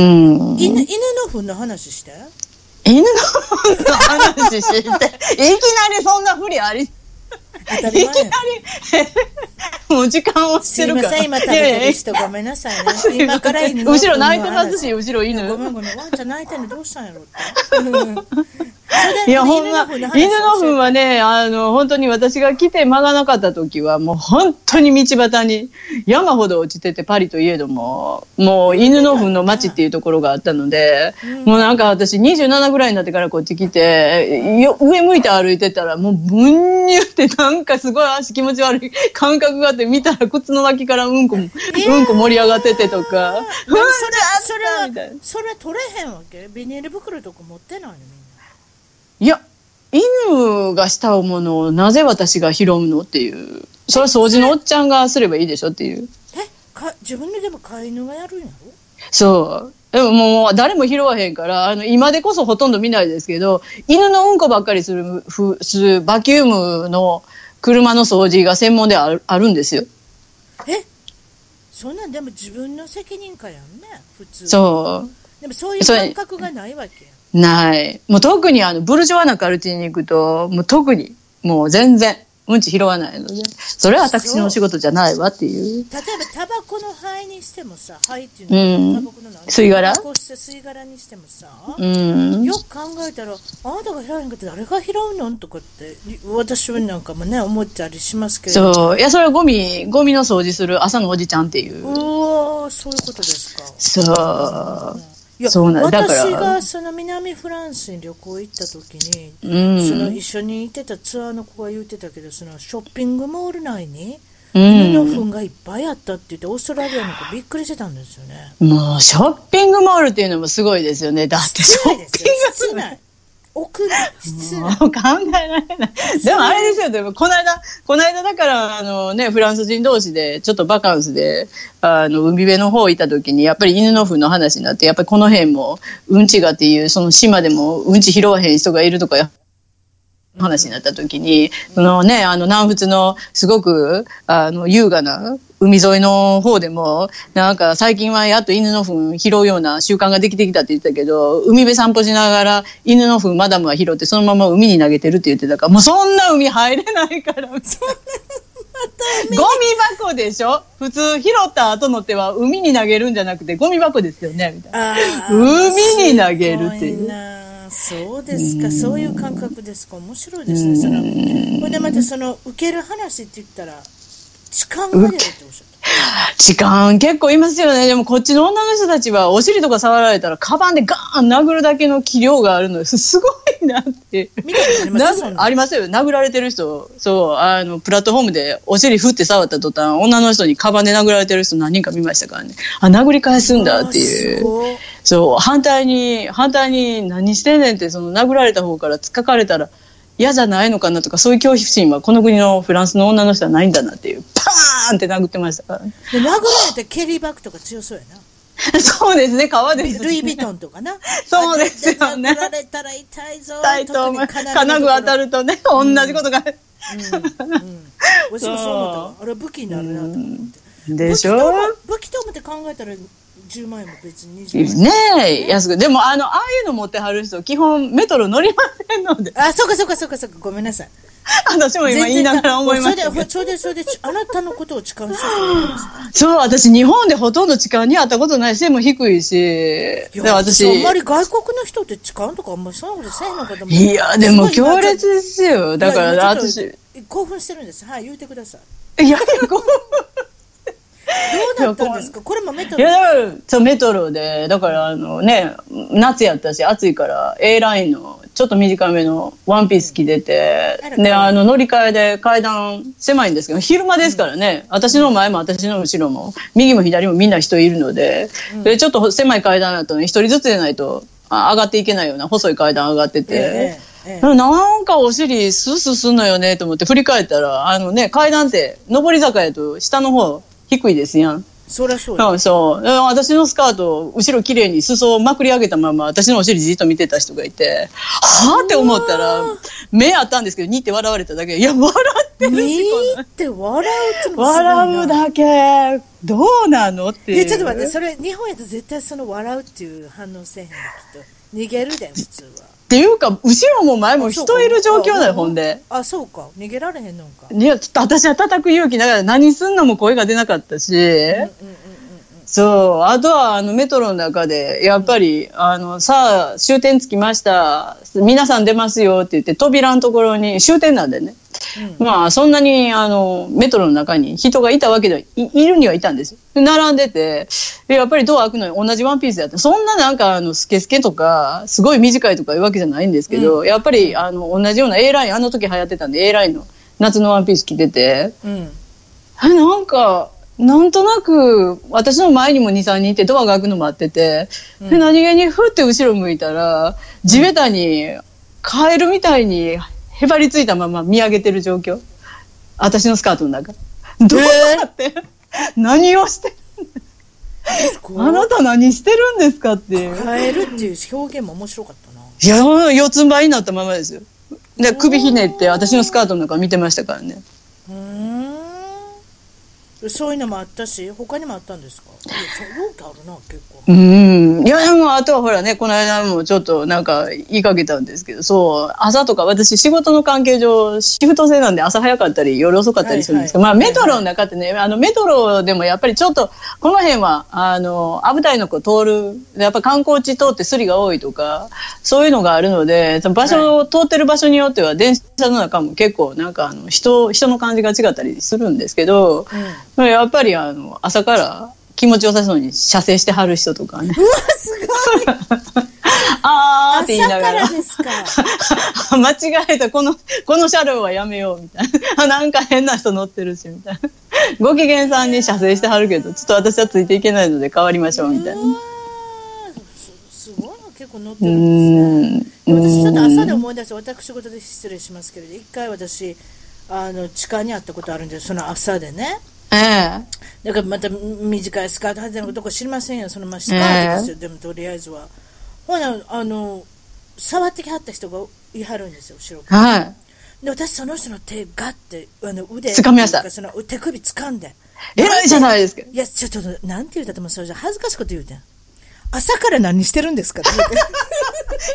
A: 犬犬の糞の話して。
B: 犬の話して、いきなりそんな不利あり、い
A: 当
B: き
A: た
B: な
A: り
B: り <laughs>
A: 前や、
B: もう時間をし
A: す
B: て
A: い
B: る
A: ま
B: から。
A: せん、今食べてる人ごめんなさい
B: <laughs>
A: ね。今から犬の糞の話
B: 後ろ泣いてますし、。後ろ犬。
A: ごめんごめん、ワンちゃん泣いてんのどうしたんやろって。
B: いや、ほんま、犬
A: 犬
B: の
A: の糞の話
B: 糞はね、あの、本当に私が来て間がなかった時は、もう本当に道端に山ほど落ちてて、パリといえども、もう犬の糞の町っていうところがあったので、もうなんか私27ぐらいになってからこっち来て、よ上向いて歩いてたら、もうブニュってなんかすごい足気持ち悪い感覚があって、見たら靴の脇からうんこも、うんこ盛り上がっててとか、
A: それそれ
B: みたい
A: は
B: な
A: それは取れへんわけビニール袋とか持ってないのみん
B: いや、犬がしたものをなぜ私が拾うのっていう。それは掃除のおっちゃんがすればいいでしょっていう。
A: なえか自分ででも飼い犬がやるんやろ
B: そう。でももう誰も拾わへんから、あの、今でこそほとんど見ないですけど、犬のうんこばっかりする、ふするバキュームの車の掃除が専門であるあるんですよ。
A: えそんなんでも自分の責任かやんね普通
B: そう。
A: でもそういう
B: それ
A: 感覚がないわけや
B: ない。もう特にあの、ブルジョワなカルティに行くと、もう特に、もう全然、うんち拾わないので、それは私のお仕事じゃないわっていう。
A: 例えばタバコの灰にしてもさ灰っていうのは
B: うん
A: タバコの何
B: 吸い殻
A: タバコして吸い殻にしてもさ、
B: うん。
A: よく考えたらあなたが拾わへんかって誰が拾うのとかって私なんかもね思ったりしますけれど
B: そう。いや、それはゴミ、ゴミの掃除する朝のおじちゃんっていうう。
A: わーそういうことですか
B: そう。
A: いや
B: そうなんだから
A: 私がその南フランスに旅行行った時に、
B: うん
A: その一緒に行ってたツアーの子が言ってたけどそのショッピングモール内に
B: う
A: 犬の
B: ん。
A: 糞がいっぱいあったって言ってオーストラリアの子びっくりしてたんですよね。
B: もう、ショッピングモールっていうのもすごいですよね。だって、ショッピング
A: 室
B: <laughs>
A: 内屋内室内
B: もう考えられない。でもあれですよ、でもこの間、この間だから、あのね、フランス人同士で、ちょっとバカンスで、あの、海辺の方行った時に、やっぱり犬の糞の話になって、やっぱりこの辺も、うんちがっていう、その島でもうんち拾わへん人がいるとか、話になった時に、そのね、あの、南仏のすごく、あの、優雅な、海沿いの方でも、なんか最近はやっと犬の糞拾うような習慣ができてきたって言ってたけど、海辺散歩しながら犬の糞マダムは拾ってそのまま海に投げてるって言ってたから、もうそんな海入れないから、ゴミ箱でしょ普通拾った後の手は海に投げるんじゃなくてゴミ箱ですよねみたいな。
A: あー
B: 海に投げるっていう
A: すごなそうですか、そういう感覚ですか、面白いですね、その、ほんでまたその、受ける話って言ったら、痴漢が出るっておっしゃった。
B: 時間結構いますよね。でもこっちの女の人たちはお尻とか触られたらカバンでガーン殴るだけの器量があるのです。 <laughs> すごいなって。
A: 見たことありま
B: な
A: すそんな
B: ありますよ。殴られてる人。そう、あの、プラットフォームでお尻振って触った途端、女の人にカバンで殴られてる人何人か見ましたからね。あ、殴り返すんだってい
A: あ
B: う。
A: そう
B: そう、反対に、反対に何してんねんって、その殴られた方から突っかかれたら嫌じゃないのかなとか、そういう恐怖心はこの国のフランスの女の人はないんだなっていう、パーンって殴ってましたからね。
A: で殴られてキャリーバッグとか強そうやな
B: <laughs> そうですね、川です、ね。
A: ルイ・ヴィトンとかな
B: そうですよね
A: あ殴られたら痛いぞ
B: 痛いと思う。
A: 特に
B: 金具当たるとね、同じことが。
A: うんうん私もそう思ったあれ武器になるなと思って
B: でし
A: 武器と
B: ょ
A: 思武器と思って考えたら10万円も別に20万円
B: ねえ、安く。でも、あの、ああいうの持ってはる人、基本メトロ乗りませんので、 <laughs>
A: あそうかそうかそうかそうかごめんなさい
B: 私も今言いながら思いました
A: それ
B: け
A: で
B: ど。
A: それでそれであなたのことを痴漢した人がいます
B: そう、私、日本でほとんど痴漢に会ったことないし、背も低いし、
A: いや
B: <laughs> で私、
A: あんまり外国の人って痴漢とかあんまりそんなことせんのかと思って
B: いや、でも
A: すごい今
B: 強烈
A: ちょっ
B: ですよ。
A: と
B: だか
A: いや
B: ら、
A: 今
B: 私、
A: ちょ
B: い
A: っと興奮してるんですはい言ってください
B: や、いや、こ
A: どうなったんですかこれもメト
B: うい
A: ロ
B: や、だから、そう、メトロで、だから、あのね、夏やったし、暑いから、A ラインの、ちょっと短めのワンピース着てて
A: あら、
B: で、
A: 可愛い
B: あの、乗り換えで階段狭いんですけど、昼間ですからね、私の前も私の後ろも、右も左もみんな人いるので、で、ちょっと狭い階段だとね、一人ずつでないと、あ上がっていけないような細い階段上がってて、
A: ええええ
B: なんかお尻スースーすんのよねと思って振り返ったら、あのね、階段って上り坂やと下の方低いですやん。
A: そりゃそうよ
B: そうそう。で私のスカート、後ろ綺麗に裾をまくり上げたまま、私のお尻じっと見てた人がいて、はぁって思ったら、目あったんですけど、にって笑われただけで、いや、笑ってる
A: 見
B: し、こんな
A: って笑うってのもすごいな
B: 笑うだけ、どうなのっていう。
A: えちょっと待ってそれ日本やと絶対その笑うっていう反応せえへんのきっと逃げるで普通は
B: っていうか、後ろも前も
A: あそうか
B: 人いる状況だ
A: あ
B: よ、ほんで。
A: あそうか逃げられへんのんか
B: いや、ちょっと私は叩く勇気ながら何すんのも声が出なかったし、そう、あとはあのメトロの中で、やっぱり、あの、さあ、終点つきました、皆さん出ますよって言って、扉のところに、終点なんでね、まあ、そんなに、あの、メトロの中に人がいたわけではい、いるにはいたんですよ。で並んでて、でやっぱりドア開くのに同じワンピースやった。そんななんか、あの、スケスケとか、すごい短いとかいうわけじゃないんですけど、やっぱり、あの、同じような A ライン、あの時流行ってたんで、A ラインの夏のワンピース着てて、
A: うん
B: えなんかなんとなく私の前にも23人いてドアが開くの待ってて、で何気にふって後ろ向いたら地べたにカエルみたいにへばりついたまま見上げてる状況私のスカートの中どうなって、何をしてあなた何してるんですかっていう
A: 変えるっていう表現も面白かったない
B: や四つん這いになったままですよで首ひねって私のスカートの中見てましたからね
A: うーんそういうのもあったし他にもあったんですかいやそう容器あるな結構
B: うんいやでもあとはほらねこの間もちょっとなんか言いかけたんですけどそう朝とか私仕事の関係上シフト制なんで朝早かったり夜遅かったりするんですけど、
A: はいはい
B: まあメトロの中ってねあのメトロでもやっぱりちょっとこの辺はあのアブタイの子通るやっぱ観光地通ってスリが多いとかそういうのがあるのでその場所を通ってる場所によっては電車の中も結構なんかあの人人の感じが違ったりするんですけど、やっぱりあの朝から気持ちよさそうに射精してはる人とかね
A: うわすごい
B: あー <laughs> って言い
A: 朝
B: な
A: か
B: が
A: ら。
B: ら
A: です <laughs> か
B: 間違えた、この、この車両はやめよう、みたいな。あ <laughs> なんか変な人乗ってるし、みたいな。ご機嫌さんに射精してはるけど、ちょっと私はついていけないので変わりましょう、みたいな。う
A: あーすすごいな結構乗ってるんですね
B: ーん。
A: 私ちょっと朝で思い出す私事で失礼しますけれど一回私あの地下にあったことあるんですその朝でね
B: ええ。
A: だからまた短いスカート履いてるのかどこ知りませんよそのまあスカートですよ、でもとりあえずはほなあの触ってきはった人がいはるんですよ後ろから
B: は
A: で私その人の手ガッてあの腕
B: 掴みました
A: なんかその手首掴んで
B: い。偉いじゃないですか。
A: いやちょっとなんて言うたともそれじゃ恥ずかしいこと言うてん朝から何してるんですかって言うて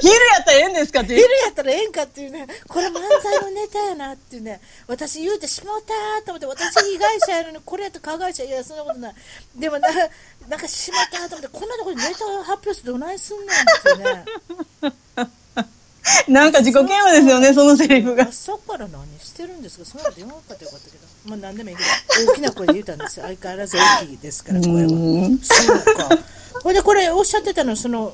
B: 昼やったらええんですかって
A: 昼
B: いう。
A: やったらええんかっていうねこれ漫才のネタやなっていうね私言うてしもうたーと思って私被害者やのにこれやと加害者いやそんなことないでもななんかしまったーと思ってこんなところでネタを発表してどないすんねんっていうね
B: なんか自己嫌悪ですよね、そのセリフが。
A: 朝から何してるんですかそんなこと言わなかったらよかったけど。まあ何でもいいけど、大きな声で言ったんですよ。相変わらず大きいですから、声は。
B: うん
A: そうか。ほいで、これおっしゃってたの、その、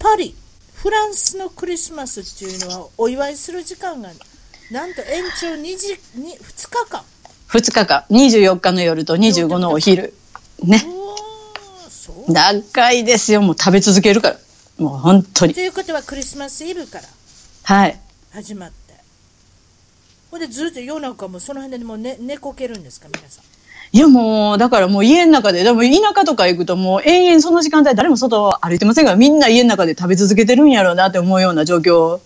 A: パリ、フランスのクリスマスっていうのは、お祝いする時間が、なんと延長2時、2, 2日間。
B: 2日間、24日の夜と25のお昼。ね。
A: うわーそう。
B: 長いですよ、もう食べ続けるから。もう本当に
A: と。いうことは、クリスマスイブから
B: はい。
A: 始まって。ほいで、ずっと夜中もその辺でもう寝寝こけるんですか、皆さん。
B: いやもう、だからもう家の中で、でも田舎とか行くともう延々その時間帯誰も外を歩いてませんから、みんな家の中で食べ続けてるんやろうなって思うような状況。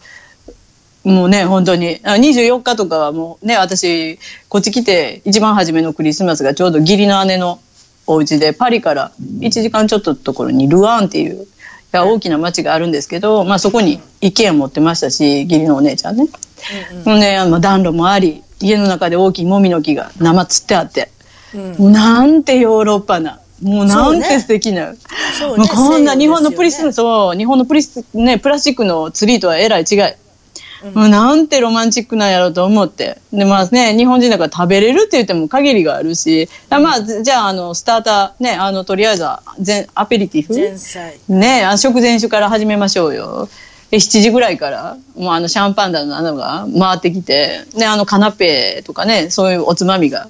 B: もうね、本当に。あ24日とかはもうね、私、こっち来て一番初めのクリスマスがちょうど義理の姉のお家で、パリから1時間ちょっとのところにルアンっていう、が大きな町があるんですけど、まあそこに一軒家持ってましたし、義理のお姉ちゃんね。もうね、あの暖炉もあり、家の中で大きいもみの木が生つってあって。
A: うんうん。うん
B: なんてヨーロッパな。もうなんて素敵な。
A: そう
B: も
A: ね
B: うこんな日本のプリ
A: 西洋
B: ス、
A: です
B: そう、日本のプリス、ね、プラスチックのツリーとはえらい違い。
A: うん
B: もうなんてロマンチックなんやろうと思って。で、まあね、日本人だから食べれるって言っても限りがあるし、あまあ、じじゃあ、あの、スターター、ね、あの、とりあえずは、全、アペリティフ
A: よね前菜。
B: ねあ食前酒から始めましょうよ。で、7時ぐらいから、もうあの、シャンパンだのあのが回ってきて、ね、あの、カナペとかね、そういうおつまみが、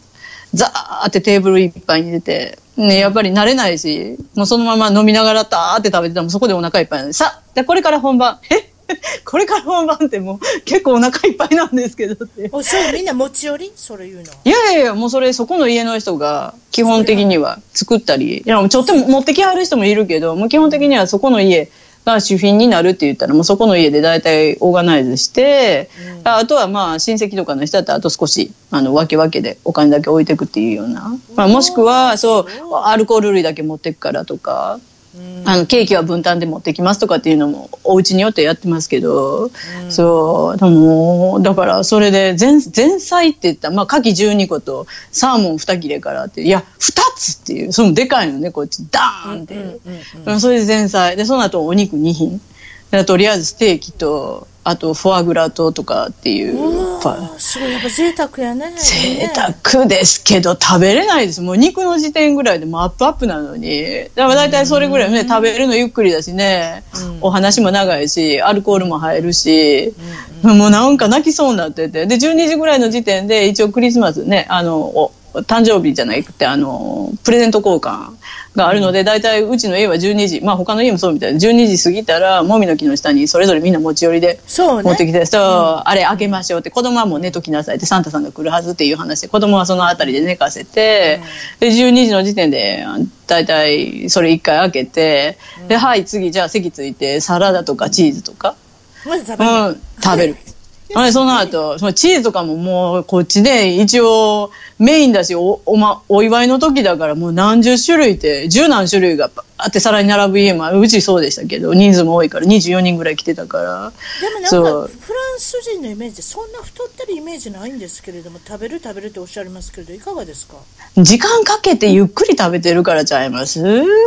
B: ザーってテーブルいっぱいに出て、ね、やっぱり慣れないし、もうそのまま飲みながらダーって食べてたら、もうそこでお腹いっぱいなんで、さあ、で、これから本番、え <laughs> これから本番ってもう結構お腹いっぱいなんですけどっ
A: <laughs>
B: て。
A: おそう、みんな持ち寄りそれ言うのは。
B: いやいやいや、もうそれ、そこの家の人が、基本的には作ったり、いや、ちょっと持ってきはる人もいるけど、もう基本的にはそこの家が主品になるって言ったら、もうそこの家で大体オーガナイズして、ああとはまあ、親戚とかの人だったら、あと少し、あの、分け分けでお金だけ置いていくっていうような。まあ、もしくは、そう、アルコール類だけ持ってくからとか、
A: うん
B: あのケーキは分担で持ってきますとかっていうのもお家によってやってますけど、そうでもだからそれで前前菜って言ったらまあ牡蠣12個とサーモン2切れからっていや2つっていうそのでかいのねこっちダーンって、うんそれで前菜でその後お肉2品でとりあえずステーキとあとフォアグラととかっていう
A: う
B: パン
A: わすごい、やっぱ贅沢やね。
B: 贅
A: ね
B: 沢ですけど食べれないですもう肉の時点ぐらいでもうアップアップなのにだから大体それぐらいね食べるのゆっくりだしね、お話も長いしアルコールも入るし、もうなんか泣きそうになっててで12時ぐらいの時点で一応クリスマスねあのお誕生日じゃなくてあのプレゼント交換があるので大体うちの家は12時まあ他の家もそうみたいで12時過ぎたらもみの木の下にそれぞれみんな持ち寄りで
A: そう
B: 持ってき
A: ね。
B: て、そう、あれあげましょうって、子供はもう寝ときなさいって、サンタさんが来るはずっていう話で、子供はそのあたりで寝かせて、で、12時の時点で、だいたいそれ一回開けて、で、はい、次、じゃあ席ついて、サラダとかチーズとか、
A: まず食
B: う
A: べる。
B: ん、食べる。あれその後、そのチーズとかももうこっちで一応メインだしおお,、ま、お祝いの時だからもう何十種類って十何種類がバーって皿に並ぶ家もあるうちそうでしたけど人数も多いから24人ぐらい来てたから
A: <laughs> でも
B: そ
A: なん
B: う
A: か、フランス人のイメージ、そんな太ってるイメージないんですけれども、食べる食べるっておっしゃいますけど、いかがですか
B: 時間かけてゆっくり食べてるからちゃいます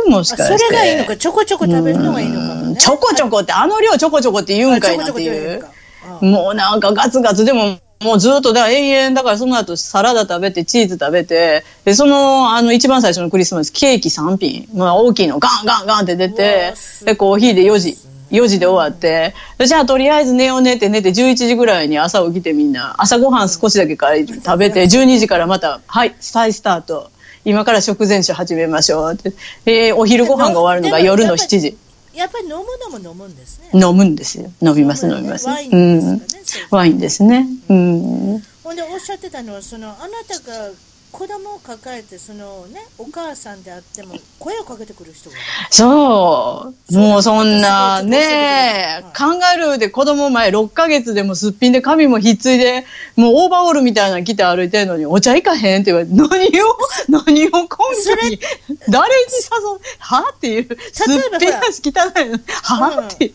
B: もし
A: あ
B: かし
A: そ
B: て。
A: れがいいのか、ちょこちょこ食べるのがいいのかもね。
B: ちょこちょこって、あの量ちょこちょこって言うんかいなってい
A: あちょこちょこって言う
B: う
A: か。あ
B: もうなんかガツガツでも、もうずっとだ、永遠だからその後サラダ食べて、チーズ食べて、で、その、あの、一番最初のクリスマス、ケーキ3品、まあ大きいのガンガンガンって出
A: う
B: て
A: わす、ごい
B: で、コーヒーで4時、4時で終わって、でじゃあとりあえず寝ようねって寝て、11時ぐらいに朝起きてみんな、朝ごはん少しだけ帰り食べて、12時からまた、はい、再スタート。今から食前酒始めましょうって。で、お昼ご飯が終わるのが夜の7時。
A: やっぱり飲むのも飲むんですね。
B: 飲むんですよ。飲みます、飲みます。
A: ワインですかねそれ
B: うん。ワインですね。うん。
A: ほんでおっしゃってたのはそのあなたが子供を抱えてそのねお母さんであっても声をかけてくる人がいる
B: そう。もうそんな、
A: そうですね
B: ねえ、カンガルーで子供前6ヶ月でもすっぴんで髪もひっついで、もうオーバーオールみたいなの着て歩いてるのに、お茶行かへんって言われて、何
A: <laughs>
B: を、何を根
A: そ
B: 拠
A: れ
B: に、誰に誘う、はっていう、すっぴんだし汚いの、はっていう。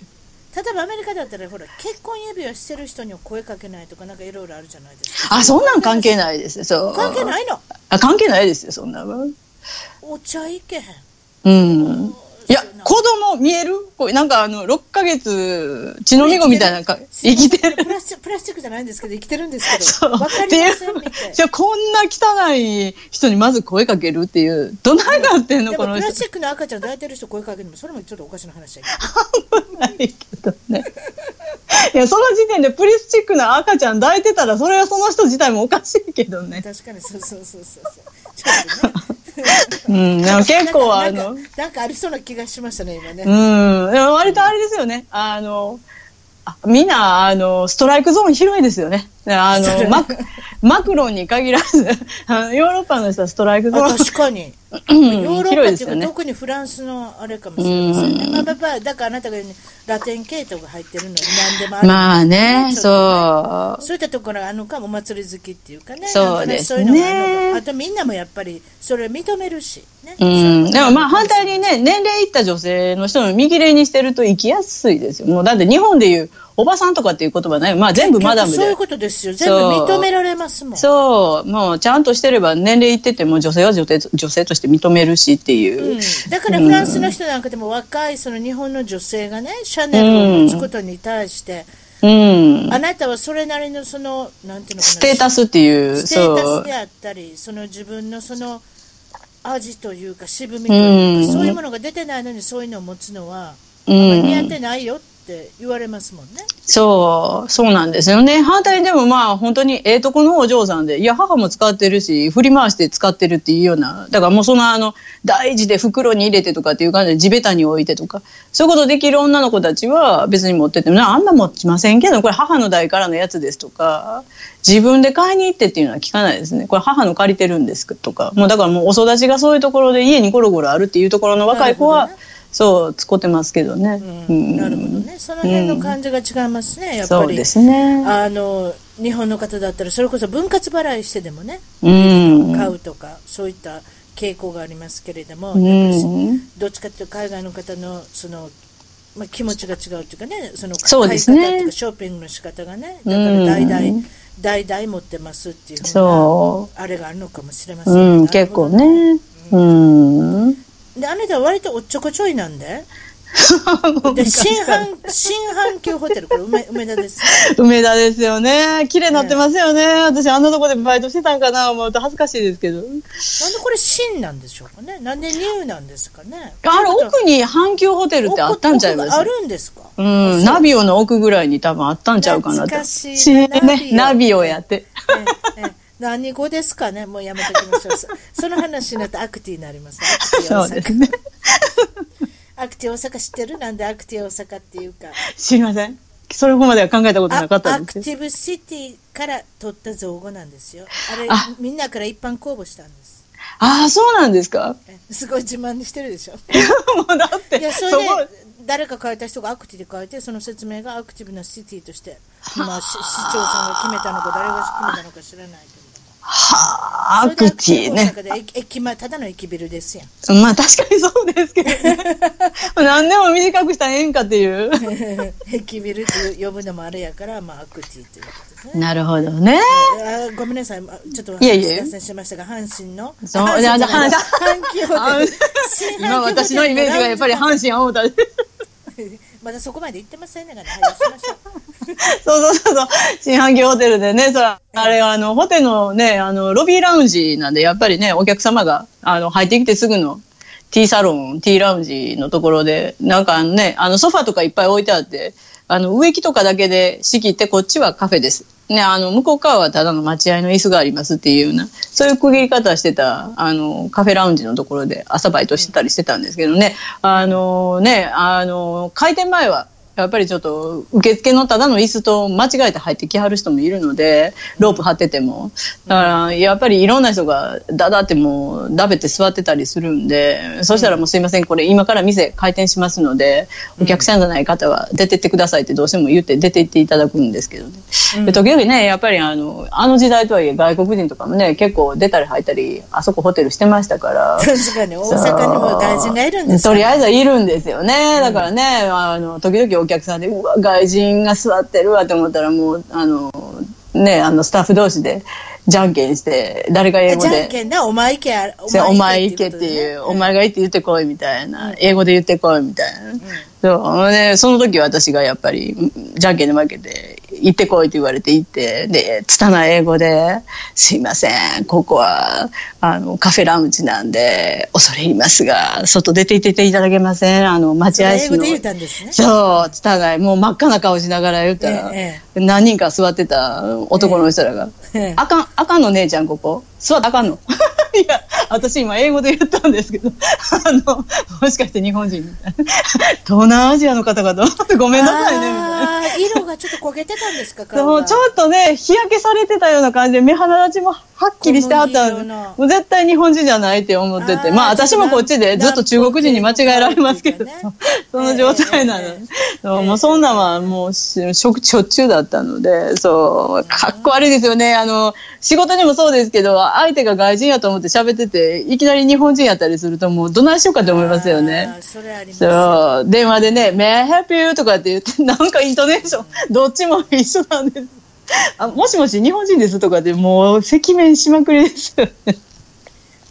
A: 例えばアメリカだったらほら結婚指輪してる人には声かけないとかなんかいろいろあるじゃないですか
B: あ、そんなん関係ないです。そう。
A: 関係ないの
B: あ関係ないですよ、そんなの。
A: お茶いけへん
B: うん。いや、子供見えるこうなんかあの、6ヶ月、血のみ子みたいなか、生きてる。
A: プラスチックプラスチックじゃないんですけど生きてるんですけど
B: <laughs> そう。
A: わか
B: っ
A: り
B: てい
A: ま
B: う
A: せんみたい。
B: じゃあこんな汚い人にまず声かけるっていう。どないなってん
A: な
B: の
A: でも
B: この
A: プ
B: 人
A: ラ。スチックの赤ちゃん抱いてる人声かけてもそれもちょっとおかしな話や
B: <laughs>
A: けど
B: ないけどね。いや、その時点でプリスチックの赤ちゃん抱いてたら、それはその人自体もおかしいけどね。
A: 確かにそうそうそうそうそうちょっとね
B: うん、でも結構
A: な
B: あ
A: んか
B: の、
A: なんかなんかありそうな気がしましたね今ね、
B: うん、でも割とあれですよね。あの、あみんな、あの、ストライクゾーン広いですよね。あ
A: それ
B: の、マク、マクロンに限らず、あのヨーロッパの人はストライクゾ
A: あ
B: ーン
A: 確かに
B: うん
A: ヨーロッパ
B: 広い
A: っ
B: で
A: て
B: す
A: いう
B: よ
A: か、
B: ね。
A: 特にフランスのあれかもしれませんね。
B: うん
A: まあまあまあ、だからあなたが言うようにラテン系統が入ってるのに何でもある。
B: まあね、
A: ちょっ
B: そ
A: とそういったところがあるのか、お祭り好きっていうかね。
B: そうですね
A: なんかそういうのがあるのかあとみんなもやっぱりそれを認めるし、ね。
B: う。うん、でもまあ反対
A: に。
B: にね、年齢いった女性の人の右例にしてると生きやすいですよ。もうだって日本でいうおばさんとかっていう言葉ない。まあ全部マダムで。
A: そういうことですよ。全部
B: そう
A: 認められますもん。
B: そう、もうちゃんとしてれば年齢いってても女性は女性女性として認めるしってい
A: う
B: う。
A: んだからフランスの人なんかでも若いその日本の女性がねシャネルを持つことに対して、
B: うん。
A: あなたはそれなりのそのなんていうのかな
B: ステータスっていう、
A: ステー
B: そ
A: タス
B: う
A: で。あったり、その自分のその味というか渋みというか、
B: うん
A: そういうものが出てないのにそういうのを持つのは、
B: う
A: 似合っ
B: ん。
A: てないよって言われますもんね。
B: そう、そうなんですよね。反対にでもまあ本当にええとこのお嬢さんで、いや母も使ってるし、振り回して使ってるっていうような、だからもうそのあの、大事で袋に入れてとかっていう感じで地べたに置いてとか、そういうことできる女の子たちは別に持ってっても、なあんな持ちませんけど、これ母の代からのやつですとか、自分で買いに行ってっていうのは聞かないですね。これ母の借りてるんですとか、もうだからもうお育ちがそういうところで家にゴロゴロあるっていうところの若い子
A: なる
B: は、
A: ほどね
B: そう、使ってますけどね。
A: う、
B: うんん
A: なるほどね。その辺の感じが違いますね、やっぱ
B: そう
A: り
B: で。すね。
A: あの、日本の方だったら、それこそ分割払いしてでもね、
B: うん。
A: 買うとか、そういった傾向がありますけれども、やっぱり
B: うん。
A: どっちかっていうと海外の方のその、まあ、気持ちが違うというかねその
B: そう
A: 買
B: で
A: い
B: す
A: 方
B: ね
A: とかショッピングの仕方がねだから代
B: う
A: 々
B: ん
A: 代々持ってますっていう風な
B: そ
A: あれがあるのかもしれませ
B: う。
A: んね
B: うん、
A: なる
B: 結
A: ほ
B: 構
A: どね
B: ね。うん。
A: であなたは割とおっちょこちょいなんでで新阪新阪急ホテルこれ梅 <laughs> 梅田です
B: 梅田ですよね。綺麗になってますよね。私、あんなとこでバイトしてたんかな思うと恥ずかしいですけど。
A: なんでこれ新なんでしょうかねなんでニューなんですかね
B: あれ、奥に阪急ホテルってあったんちゃいま
A: 奥があ
B: す
A: るんですか
B: うん、ナビオの奥ぐらいに多分あったんちゃうかなと。
A: 懐かしいな
B: しね、
A: ナ
B: ナ
A: ビ
B: ビ
A: オ
B: オやって。
A: ええええ何語ですかね、もうやめておきましょう。そ <laughs> その話になってアクティになりますね。アクティ
B: そ
A: 大
B: うで
A: 阪。
B: すね。
A: アクティ大阪知ってるなんでアクティ大阪っていうか。
B: すいません。それほどまでは考えたこと
A: あ
B: なかった
A: ア
B: んで
A: ク
B: す
A: テ
B: けど。
A: ィブシティから取った造語なんですよ。あれ
B: あ
A: みんなから一般公募したんです。
B: ああ、そうなんですか
A: えすごい自慢してるでしょ。
B: <laughs> もうだって、
A: いや、それ
B: そ
A: で
B: こ、
A: 誰か書いた人がアクティで書いて、その説明がアクティブなシティと
B: <laughs>
A: して、まあ、し市長さんが決めたのか、誰が決めたのか知らないけれども。
B: はあ、ア
A: それ
B: ク
A: で
B: ティね。
A: 大阪で駅駅前、ただの駅ビルですやん。 <laughs>
B: まあ確かにそうですけどね。何でも短くしたらええんかっていう。
A: 駅ビルって呼ぶのもあれやから、まあ、アクティということでね。
B: なるほどね。
A: あごめんなさい、まあちょっと
B: いえいえ
A: 脱線しましたが、阪神の。
B: そう
A: 阪神じゃない
B: あじゃ
A: 阪
B: あ
A: 急ホテル新阪急ホテル
B: 今私のイメージがやっぱり阪神青田で。
A: まだそこまで行ってませんねがね、はい、しましょう。
B: <laughs> そうそうそうそう。新阪急ホテルでね、そら、あれ、あの、ホテルのね、あの、ロビーラウンジなんで、やっぱりね、お客様が、あの、入ってきてすぐの、T サロン、T ラウンジのところで、なんかね、あの、ソファとかいっぱい置いてあって、あの、植木とかだけで仕切って、こっちはカフェです。ね、あの、向こう側はただの待合の椅子がありますっていうような、そういう区切り方してた、あの、カフェラウンジのところで朝バイトしてたりしてたんですけどね、あのね、あの、開店前は、やっぱりちょっと受付のただの椅子と間違えて入ってきはる人もいるのでロープ張っててもだからやっぱりいろんな人がだだってもうだべって座ってたりするんでそしたらもうすいませんこれ今から店開店しますのでお客さんじゃない方は出てってくださいってどうしても言って出て行っていただくんですけどね、で時々ねやっぱりあのあの時代とはいえ外国人とかもね結構出たり入ったりあそこホテルしてましたから。
A: 確かに、大阪にも外人がいるんですか
B: と
A: ら
B: りあえずはいるんですよね。だからね、あの、時々お客さんで、うわ、外人が座ってるわと思ったら、もう、あの、ね、あの、スタッフ同士で、じゃんけんして、誰が英語
A: じゃん
B: で。
A: けんだ、お前行けや、
B: そうお前行けって
A: い
B: いうう、
A: こと
B: お
A: ね
B: 前が行って言ってこいみたいな、英語で言ってこいみたいな。そうでその時私がやっぱり、うんじゃんけんで負けて、行ってこいって言われて行って、で、拙い英語で、すいません、ここは、あの、カフェラウンジなんで、恐れ入りますが、外出て行っていただけません。あの、待合
A: 英
B: 室
A: 語
B: の
A: で。言ったんですね。
B: そう、拙い、もう真っ赤な顔しながら言ったら、
A: え
B: 何人か座ってた男の人らが、
A: ええ
B: あかん、あかんの姉ちゃん、ここ。座ってあかんの。 <laughs> いや、私今英語で言ったんですけど、あの、もしかして日本人みたいな。東南アジアの方々、ごめんなさいね、みたいな。
A: あー色がちょっと焦げてたんですか、顔
B: そう
A: が。
B: ちょっとね、日焼けされてたような感じで、目鼻立ちもはっきりしてあった
A: 小麦色
B: んで、
A: の
B: もう絶対日本人じゃないって思ってて、
A: あー
B: まあ私もこっちでずっと中国人に間違えられますけど、 <laughs>
A: 南方って
B: そ
A: いうかね
B: の状態なの
A: ええええええ。
B: そうもうそんなんはもうししょしょっちゅうだったので、そう、かっこ悪いですよね。あの、仕事にもそうですけど、相手が外人やと思って喋ってて、いきなり日本人やったりすると、もうどないしようかと思いますよね
A: あ。ー。それあります。
B: そう、電話でね、May I help you? とかって言って、 <laughs> なんかイントネーション、 <laughs> どっちも一緒なんです。あもしもし、日本人ですとかでもう、赤面しまくりですよね。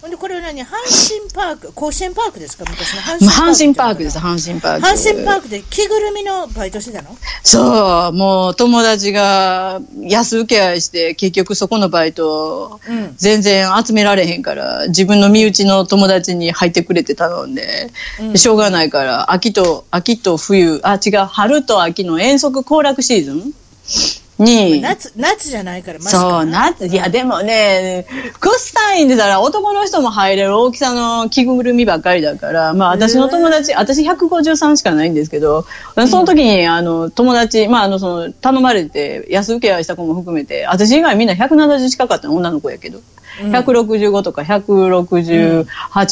A: ほんで、これは何阪神パーク、甲子園パークですか、昔の
B: <laughs> まあ阪神パーク
A: で
B: ですす、阪神パーク。
A: 阪神パークで着ぐるみのバイトしてたの
B: そう、もう友達が安請け合いして、結局そこのバイト、
A: うん
B: 全然集められへんから、自分の身内の友達に入ってくれて頼んで、しょうがないから、秋と、秋と冬、あ、違う、春と秋の遠足行楽シーズンに、
A: 夏夏じゃないからマスク
B: そう、夏、いや、でもね、くっさいんでたら男の人も入れる大きさの着ぐるみばっかりだから、まあ私の友達、私153しかないんですけど、その時に、あの、友達、まああの、その、頼まれて、安請け合いした子も含めて、私以外みんな170近かったの、女の子やけど。165とか168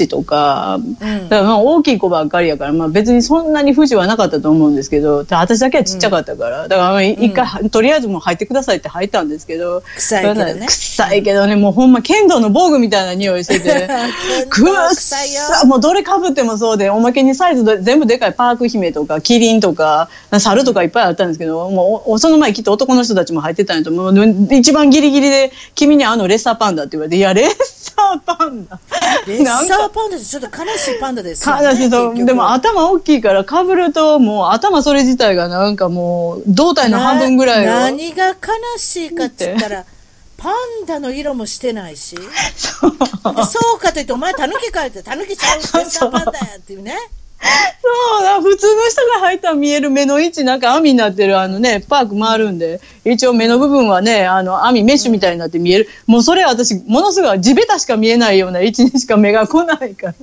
B: とか、だからまあ大きい子ばっかりやから、まあ、別にそんなに不自由はなかったと思うんですけどで私だけはちっちゃかったから、だからまあ一回、とりあえずもう入ってくださいって入ったんですけど
A: 臭いけどね
B: それな臭いけどねもうほんま剣道の防具みたいな匂いして
A: <laughs>
B: て
A: 剣
B: く
A: 道
B: っ
A: 臭いよ
B: さもうどれかぶってもそうでおまけにサイズど全部でかいパーク姫とかキリンとか猿とかいっぱいあったんですけどもうおその前きっと男の人たちも入ってたんやと思うで一番ギリギリで「君にあのレッサーパンダ」って言われて「いやレッサーパンダ」
A: レッ
B: なんか
A: サーパンダってちょっと悲しいパンダですよね
B: 悲しそう
A: 結局
B: でも頭大きいからかぶるともう頭それ自体がなんかもう胴体の半分ぐらい
A: な
B: を
A: 何が悲しいかっつったらパンダの色もしてない
B: <laughs>
A: し
B: そう
A: でそうかといってお前タヌキかいってタヌキちゃうレッサーパンダやっていう
B: <laughs>
A: ね
B: そうだ普通の人が入ったら見える目の位置なんか網になってるあのねパーク回るんで一応目の部分はねあの網メッシュみたいになって見える、もうそれ私ものすごい地べたしか見えないような位置にしか目が来ないから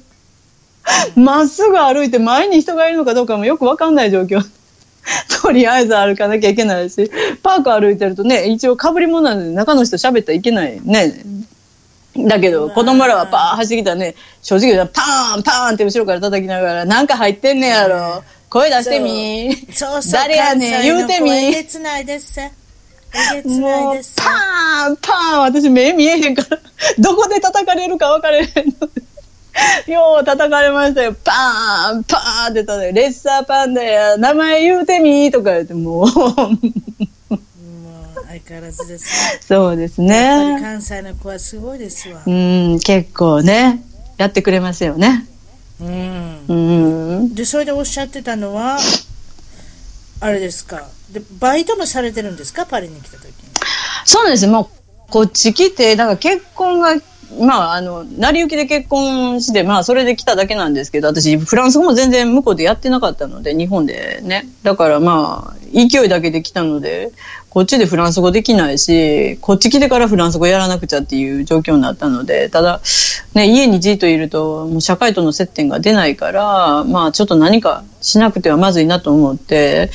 B: まっすぐ歩いて前に人がいるのかどうかもよくわかんない状況とりあえず歩かなきゃいけないしパーク歩いてるとね一応かぶり物なんで中の人喋ったらいけないねだけど子供らはパーン走ってきたらね正直言うとパーンパーンって後ろから叩きながらなんか入ってんねやろ声出してみ
A: そうそう
B: 誰やねん言うてみ
A: 関西の子えげつないですせえげつな
B: も
A: いうですせ
B: パーンパーン私目見えへんから <laughs> どこで叩かれるか分かれへんの <laughs> でよう叩かれましたよパーンパーンって叩いてレッサーパンダや名前言うてみとか言ってもう <laughs>
A: もう相変わらずです
B: そうです
A: やっぱり
B: ね
A: 関西の子はすごいですわ
B: うん結構ねやってくれますよね
A: うん
B: うん
A: でそれでおっしゃってたのはあれですかでバイトもされてるんですかパリに来た時に
B: そうなんですもうこっち来てだから結婚がまああの成り行きで結婚してまあそれで来ただけなんですけど私フランス語も全然向こうでやってなかったので日本でねだからまあ勢いだけで来たのでこっちでフランス語できないしこっち来てからフランス語やらなくちゃっていう状況になったのでただ、ね、家にじっといるともう社会との接点が出ないからまあちょっと何かしなくてはまずいなと思って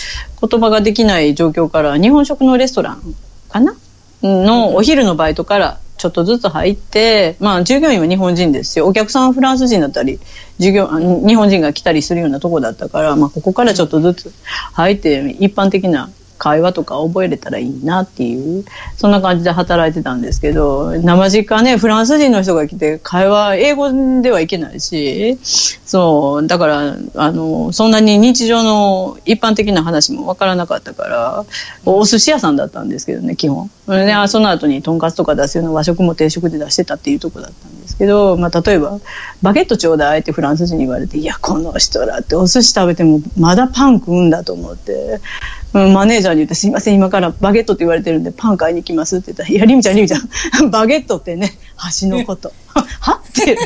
B: 言葉ができない状況から日本食のレストランかなのお昼のバイトからちょっとずつ入って、まあ、従業員は日本人ですしお客さんはフランス人だったり従業あ日本人が来たりするようなとこだったから、まあ、ここからちょっとずつ入って一般的な会話とか覚えれたらいいなっていうそんな感じで働いてたんですけど生実家ねフランス人の人が来て会話英語ではいけないしそうだからあのそんなに日常の一般的な話もわからなかったからお寿司屋さんだったんですけどね基本であその後にとんかつとか出すような和食も定食で出してたっていうとこだったんですけど、まあ、例えばバゲットちょうだいってフランス人に言われていやこの人らってお寿司食べてもまだパン食うんだと思ってうんマネージャーに言って「すいません今からバゲットって言われてるんでパン買いに来ます」って言ったら「いやりみちゃんりみちゃん <laughs> バゲットってね橋のこと」 <laughs> はって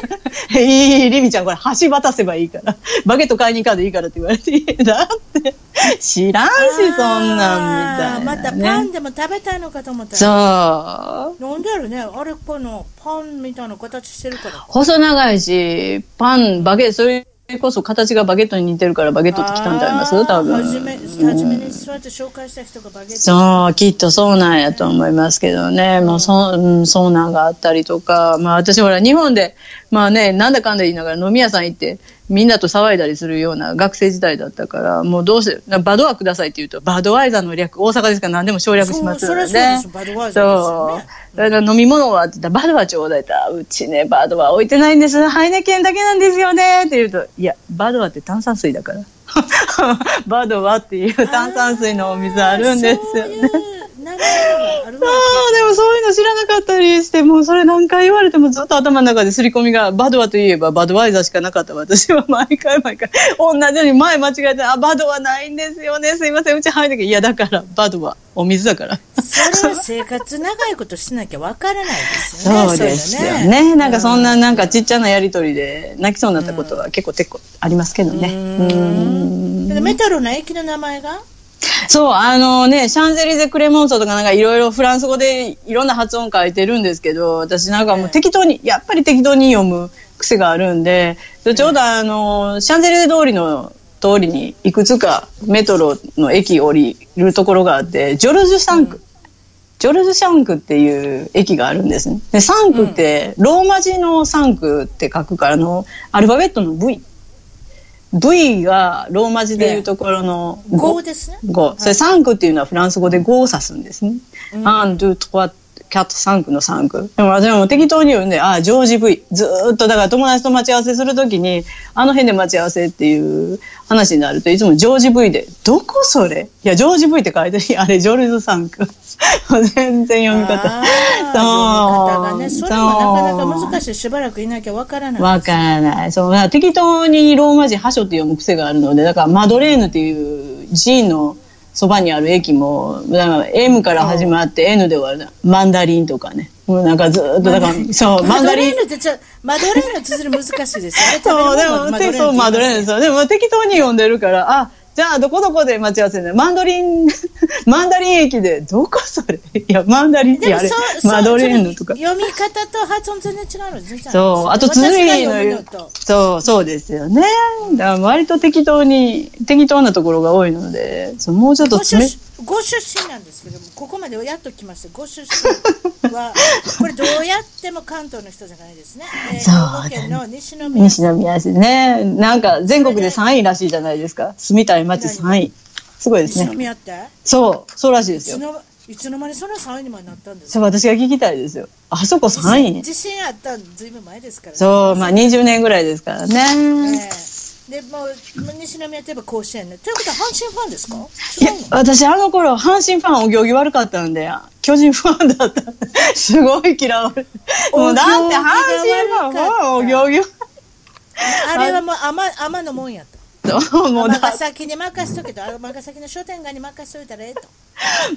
B: <laughs> 「いいいいりみちゃんこれ橋渡せばいいから <laughs> バゲット買いに行かんでいいから」って言われて「 <laughs> いやだって知らんしそんな
A: あー
B: ん」み
A: ま
B: たいな、ね、
A: たパンでも食べたいのかと思ったら。
B: そう
A: なんだろうね。あれこのパンみたいな形してるから。
B: 細長いしパンバゲットそれこそ形がバゲットに似てるからバゲットって来たんちゃいます
A: あー
B: 多分
A: 初め、初めにそうやって紹介した人がバゲット。
B: そうきっとそうなんやと思いますけどね、まあそうん、そうなんがあったりとか、まあ、私ほら日本で、まあね、なんだかんだ言いながら飲み屋さん行ってみんなと騒いだりするような学生時代だったからもうどうせバドアくださいって言うとバドワイザーの略大阪ですから何でも省略します
A: そ
B: よ
A: う
B: ね。
A: そりゃそうですバドワイザーですよ
B: そ
A: ね
B: う。だから飲み物はって言ったら、バドはちょうだいって言ったら、うちね、バドは置いてないんです。ハイネケンだけなんですよね。って言うと、いや、バドはって炭酸水だから。 <laughs> バドはっていう炭酸水のお水あるんですよ
A: そうい
B: ね。
A: う名前がある
B: あ
A: わ
B: あ、でもそういうの知らなかったりして、もうそれ何回言われてもずっと頭の中で刷り込みが、バドワといえばバドワイザーしかなかった私は毎回毎回、同じように前間違えて、あ、バドはないんですよね。すいません、うち入るけど、いや、だから、バドはお水だから。
A: け。それは生活長いことしなきゃわからないですよね。
B: そうですよ
A: そ
B: ね
A: うだ
B: なんかそんななんかちっちゃなやりとりで泣きそうになったことは結構結構ありますけどね。うん
A: だからメタロの駅の名前が
B: そう、あのね、シャンゼリゼ・クレモンソとかなんかいろいろフランス語でいろんな発音書いてるんですけど、私なんかもう適当に、やっぱり適当に読む癖があるんで、でちょうどあの、シャンゼリゼ通りの通りにいくつかメトロの駅降りるところがあって、ジョルジュ・サンク。ジョルジュ・シャンクっていう駅があるんですね。で、サンクって、ローマ字のサンクって書くから、あの、アルファベットの V。V がローマ字でいうところの
A: 5ですね。
B: 五。それ三区っていうのはフランス語で五を指すんですね。アンドゥトワキャット三区の三区。でも私はもう適当に読んで、ああ、ジョージ V。ずーっとだから友達と待ち合わせするときに、あの辺で待ち合わせっていう話になると、いつもジョージ V で、どこそれいや、ジョージ V って書いてる。あれ、ジョルズ三区。 <laughs> 全然読み方
A: あ。ー読み方がね。それもなかなか難しい。しばらくいなきゃわからない。
B: わからない。そう、だから適当にローマ字「ハショ」って読む癖があるので、だからマドレーヌっていう G のそばにある駅も、だから M から始まって N で終わる。マンダリンとかね。もうなんかずーっと、だから、そう、マ
A: マ
B: ン
A: ド
B: ダリ
A: レ
B: ン
A: ー。ヌってちょ、マドレーヌ綴り難しいですよね。
B: そう、でも、
A: 食べ
B: で
A: る
B: そう、
A: もの
B: マドレーヌ
A: って言います
B: ですよ。でも、適当に読んでるから、あ、じゃあ、どこどこで待ち合わせね。マンドリン、 <laughs> マンダリン駅で、どこそれいや、マンダリンって
A: でも
B: あれ
A: そう、、そう
B: マドレーヌとか。
A: 読み方と発音全然違うの全然
B: そう、あと
A: 私
B: 綴
A: が
B: りの
A: 読む
B: よ
A: のと。
B: そう、そうですよね。だから割と適当に、適当なところが多いので、そうもうちょっと
A: ご出
B: 詰め、
A: ご出身なんですけども、ここまでやっと来ました。ご出身
B: <laughs>
A: は、これどうやっても関東の人じゃないですね。えー
B: そう
A: 兵庫
B: だね
A: 県の西宮市
B: 西宮市ね。なんか全国で3位らしいじゃないですか。住みたい街3位。すごいです
A: 西
B: ね。
A: 宮って
B: そう、そうらしいで
A: い
B: す
A: つ
B: よ。
A: のいつの間にそんな3位にもなったんです
B: そ
A: か
B: う、私が聞きたいですよ。あそこ3位
A: 地震あったんずいぶん前ですからね。
B: そう、まあ20年ぐらいですから
A: え
B: ね。
A: えでもう西宮といえば甲子園ね。ということは阪神ファンですか
B: いや
A: 違うの
B: 私あの頃阪神ファンお行儀悪かったんで巨人ファンだったん <laughs> ですごい嫌われもうだって阪神ファンはお行儀悪
A: あれはもう天天のもんやと。
B: そうもう
A: 尼
B: だ
A: 崎に任せとけと、あ尼崎の商店街に任せといたらええと。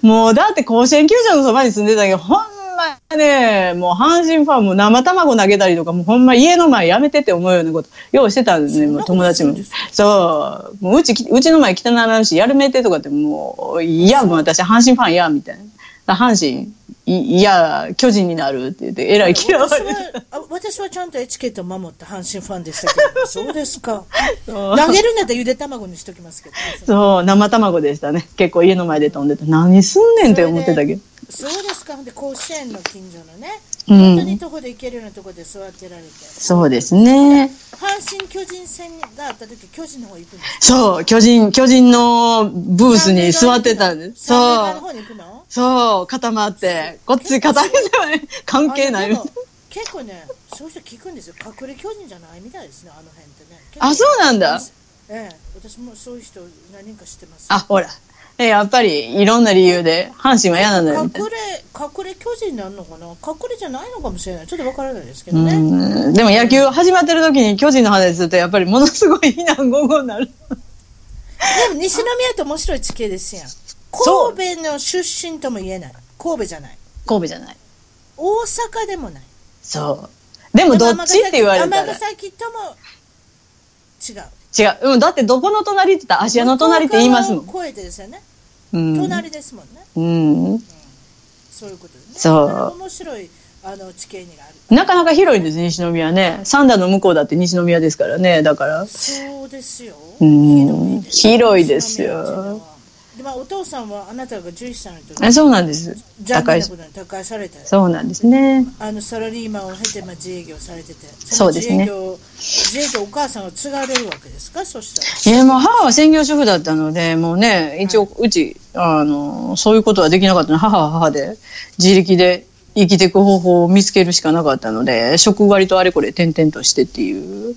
B: もうだって甲子園球場のそばに住んでたけどほんまねもう阪神ファンも生卵投げたりとかもうほんま家の前やめてって思うようなことようしてたんですねもう友達も
A: そんなことす
B: そうもううちうちの前汚らんしやるめてとかってもういやもう私阪神ファンやみたいなだから阪神いいや巨人になるって言ってえらい嫌わ
A: 私
B: れて
A: はあ私はちゃんとエチケットを守って阪神ファンでしたけど、そうですか。
B: <laughs> そう
A: 投げるんだったらゆで卵にしときますけどね、
B: そう、生卵でしたね。結構家の前で飛んでた。何すんねんって思ってたけど。
A: そうですか。ほんで甲子園の近所のね、
B: う
A: 本当に
B: ん、
A: 徒歩で行けるようなところで育てられて
B: そうですね。
A: 阪神・巨人戦があった時巨人の方行くんです
B: そう、巨人、巨人のブースに座ってたんです。
A: 三塁側の
B: そう、
A: 方に行くの
B: そう、固まって、こっち固めてない、関係な
A: あ
B: い
A: で。も結構ねそういう人聞くんですよ隠れ巨人じゃないみたいですねあの辺ってね結構
B: あ、そうなんだ。
A: ええ私もそういう人何人か知ってます
B: あ、ほら。え、やっぱり、いろんな理由で、阪神は嫌なんだよ、みたい
A: 隠れ隠れ巨人なんのかな隠れじゃないのかもしれないちょっとわからないですけど
B: な。
A: ね、
B: うん、でも野球始まってる時に巨人の話すると、やっぱりものすごい非難午後になる。
A: でも西宮って面白い地形ですやん
B: そう
A: 神戸の出身とも言えない神戸じゃない
B: 神戸じゃない。
A: 大阪でもない
B: そう。でもどっちって言われたら
A: 尼。崎とも違う
B: 違う。うん、だってどこの隣って言ったら芦屋の隣って言いますもん。
A: 声でですよね
B: うん。
A: 隣ですもんね、
B: うん。
A: そういうことですね
B: そう
A: だから面白いあの地形にある
B: なかなか広いんです、西宮ね。三段の向こうだって西宮ですからね。だから。
A: そうですよ。
B: うん
A: 広
B: 広
A: い
B: い
A: で
B: ですす
A: よ。
B: よ
A: その道のはでまあお父さんはあなたが11歳の時
B: えそうなんです。
A: 残
B: 高
A: 念
B: い
A: な。ことに他界された
B: そうなんですね。
A: あのサラリーマンを経てまあ自営業されてて
B: そうですね
A: 自営業自営業お母さんが継がれるわけですかそしたら
B: いや、もう母は専業主婦だったので、もうね、一応、うち、あの、そういうことはできなかったの。母は母で、自力で生きていく方法を見つけるしかなかったので、職割とあれこれ転々としてっていう。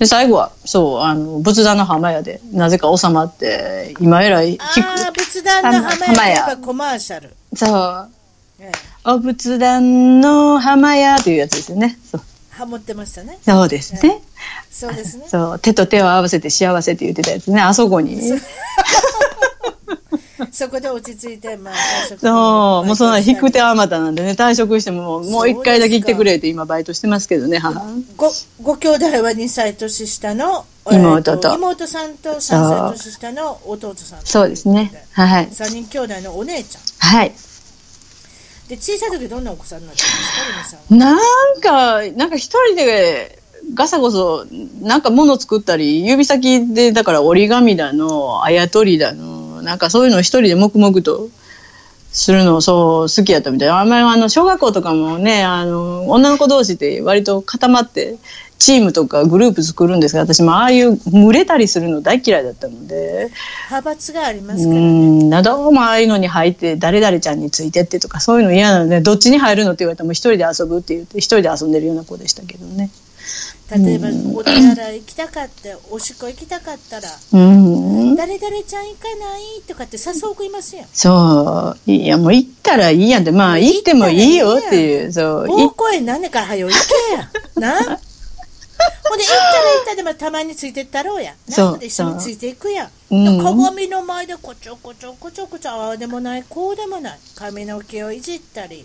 B: で、最後は、そう、あの、仏壇の浜屋で、なぜか収まって、今偉い、低
A: ああ仏壇の浜屋
B: 浜屋
A: というかコマーシャル、
B: くそう、
A: ええ、
B: お仏壇の浜屋というやつですよね。そう
A: ハモってましたね
B: そうですね。
A: そうです
B: <laughs>
A: ね
B: そう、手と手を合わせて幸せって言ってたやつね、あそこに。
A: そこで落ち着いてまあ退職
B: そう、もうそんな引く手
A: は
B: あまたなんでね、退職してももう、もう一回だけ来てくれって今バイトしてますけどね、母。
A: ごご兄弟は2歳年下の
B: 妹と
A: えー妹さんと3歳年下の弟さんと
B: そうですね。はい。
A: 3人兄弟のお姉ちゃん
B: はい。
A: で小さい時どんなお子さんになってますかルミ
B: なんか、なんか一人で、ガサゴソ、なんか物作ったり、指先で、だから折り紙だの、あやとりだの、なんかそういうのを一人で黙々とするの、そう、好きやったみたいな。あんまりあの、小学校とかもね、あの、女の子同士で割と固まって、チームとかグループ作るんですが、私もああいう群れたりするの大嫌いだったので、
A: さんは派閥がありま
B: う
A: すからね
B: ん、などもああいうのに入って、誰々ちゃんについてってとか、そういうの嫌なので、どっちに入るのって言われたら、もう一人で遊ぶって言って、一人で遊んでるような子でしたけどね。
A: 例えばお手洗い行きたかっておしっこ行きたかったら
B: うん、
A: 誰々ちゃん行かないとかって誘う子いますやん
B: そう、いや、もう行ったらいいやんって、まあ、行ってもいいよっていう、そう、
A: 大
B: い
A: 声なんねからはよ行けやなほんで行ったら行ったでまあたまについてったろうや
B: そう
A: なので一緒についていくやん
B: うん
A: で鏡の前でこちょこちょこちょこちょああでもないこうでもない髪の毛をいじったり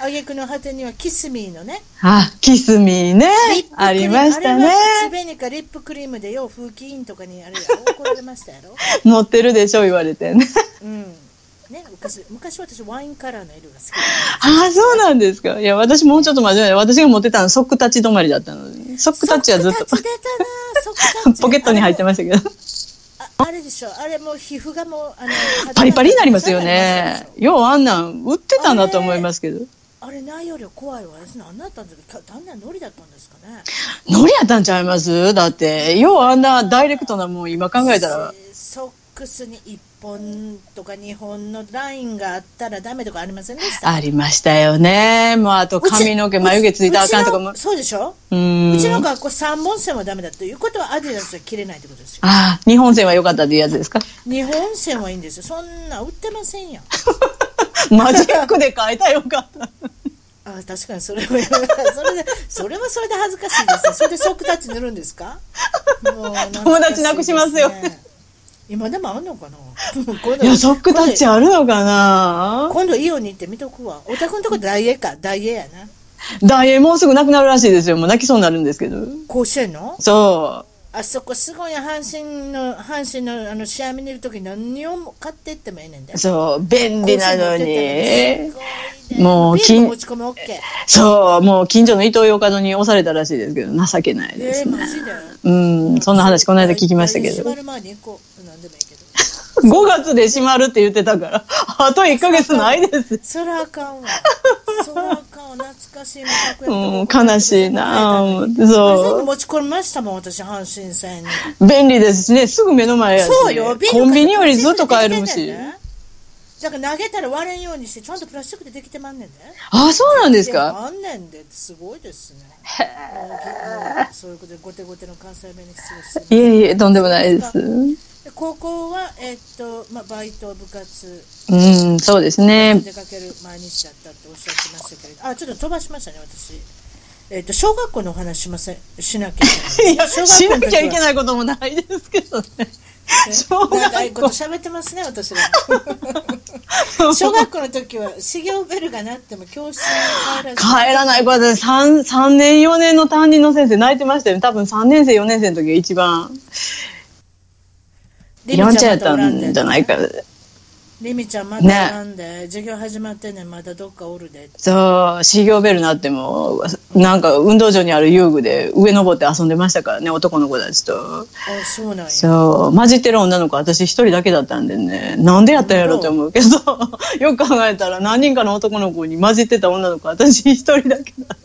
A: 挙句の果てにはキスミーのね
B: あ、キスミーね
A: リップ、クリーム
B: ありました
A: あ
B: ね
A: れ。は口紅かリップクリームでよう風紀委員とかにあれやろ怒られましたやろ
B: 乗ってるでしょ、言われてね。 <laughs>
A: うんね昔昔私ワインカラーの色が好き
B: <laughs> ああ、そうなんですか。いや、私もうちょっと真面目で、私が持ってたの、ソックタッチ止まりだったので、ソックタッチはずっ
A: ソックタ
B: と
A: ッチ出たなソックタッチ
B: <laughs> ポケットに入ってましたけど。
A: ああれでしょあれもう皮膚がもうあの
B: <laughs> パリパリになりますよね。ようあんなん売ってたなと思いますけど。
A: あれ内容量怖いわ私何だったんですかだんだんノリだったんですかね
B: ノリやったんちゃいますだって、ようあんなダイレクトなもん今考えたら。
A: えーソックスに1本とか2本のラインがあったらダメとかありませんでした
B: ありましたよね。もうあと
A: うち
B: 髪の毛、眉毛ついたらあかんとかも
A: うちの。そうでしょ
B: う
A: う
B: ー
A: ちの
B: ん。
A: 学校3本線はダメだということはアディダスは切れないってことですよ
B: ああ、日本線は良かったっていうやつですか
A: 日本線はいいんですよそんな売ってませんやん
B: マジックで変えたらよかった。
A: あ確かにそれはそれでそれはそれで恥ずかしいですねそれでソックタッチ塗るんですかもう懐かしいですね
B: 友達なくしますよ
A: 今でもあんのかな今度
B: <laughs> いや、ソックタッチあるのかな
A: 今度イオンに行って見とくわお宅のとこダイエーかダイエーやな
B: ダイエーもうすぐなくなるらしいですよ。もう泣きそうになるんですけど。
A: 甲子園の
B: そ
A: あそこすごいや阪神の阪神のあの試合見にいる時何をも買ってってもええねんで
B: う、そう、便利なのに。も
A: も
B: う
A: う金
B: 金
A: 持ち込み OK
B: そう、もう近所の伊藤洋華堂に押されたらしいですけど、情けない
A: え
B: です
A: ー、
B: ね。
A: マジで
B: うん、そんな話この間聞きましたけ
A: 閉
B: ど
A: ま。る前に行こう何でもいいけど
B: 5月で閉まるって言ってたから、あと1ヶ月ないです。
A: そらあかんわ。そらあかんわ。懐かしい。
B: うん、
A: う
B: 悲しいなぁ。
A: 全部
B: そ
A: 持ち込みましたもん、私、阪神線に。
B: う。便利ですしね、すぐ目の前やし、ね。
A: そうよ、瓶の
B: コンビニよりずっと買える
A: 形
B: し
A: でできてん。ねんでだから投げたら割れんようにして、ちゃんとプラスチックでできてまんねんで。
B: あ、そうなんです
A: で
B: か
A: もあんねんで、すごいですね。もうそういうことで、ごてごての関西弁に失礼して
B: いえいえ、とんでもないです。
A: で高校は、えっと、まあ、バイト、部活、
B: うん、そうですね。
A: 出かける毎日だったっておっしゃってましたけれど、あ、ちょっと飛ばしましたね、私。えっと、小学校のお話しません、しなきゃいけない。
B: いや、
A: 小学
B: し
A: 校
B: な
A: の時は
B: きゃいけないこともないですけどね。小学
A: 長いこ
B: 校
A: と。喋ってますね、私
B: <laughs>
A: ら。小学校の時は、始業ベルが鳴っても教室に帰らず。
B: 帰らない子で3、3年、4年の担任の先生泣いてましたよね。多分3年生、4年生の時が一番、
A: リ
B: やんちゃやった
A: まおらで
B: んじゃないか。
A: リミちゃんまたなんで、授業始まってんねんまだどっかおるで
B: <laughs> そう、始業ベルになっても、なんか運動場にある遊具で上登って遊んでましたからね、男の子たちと。
A: あそうなんや
B: そう、混じってる女の子私一人だけだったんでね、なんでやったんやろって思うけど、 <laughs> よく考えたら何人かの男の子に混じってた女の子私一人だけだ。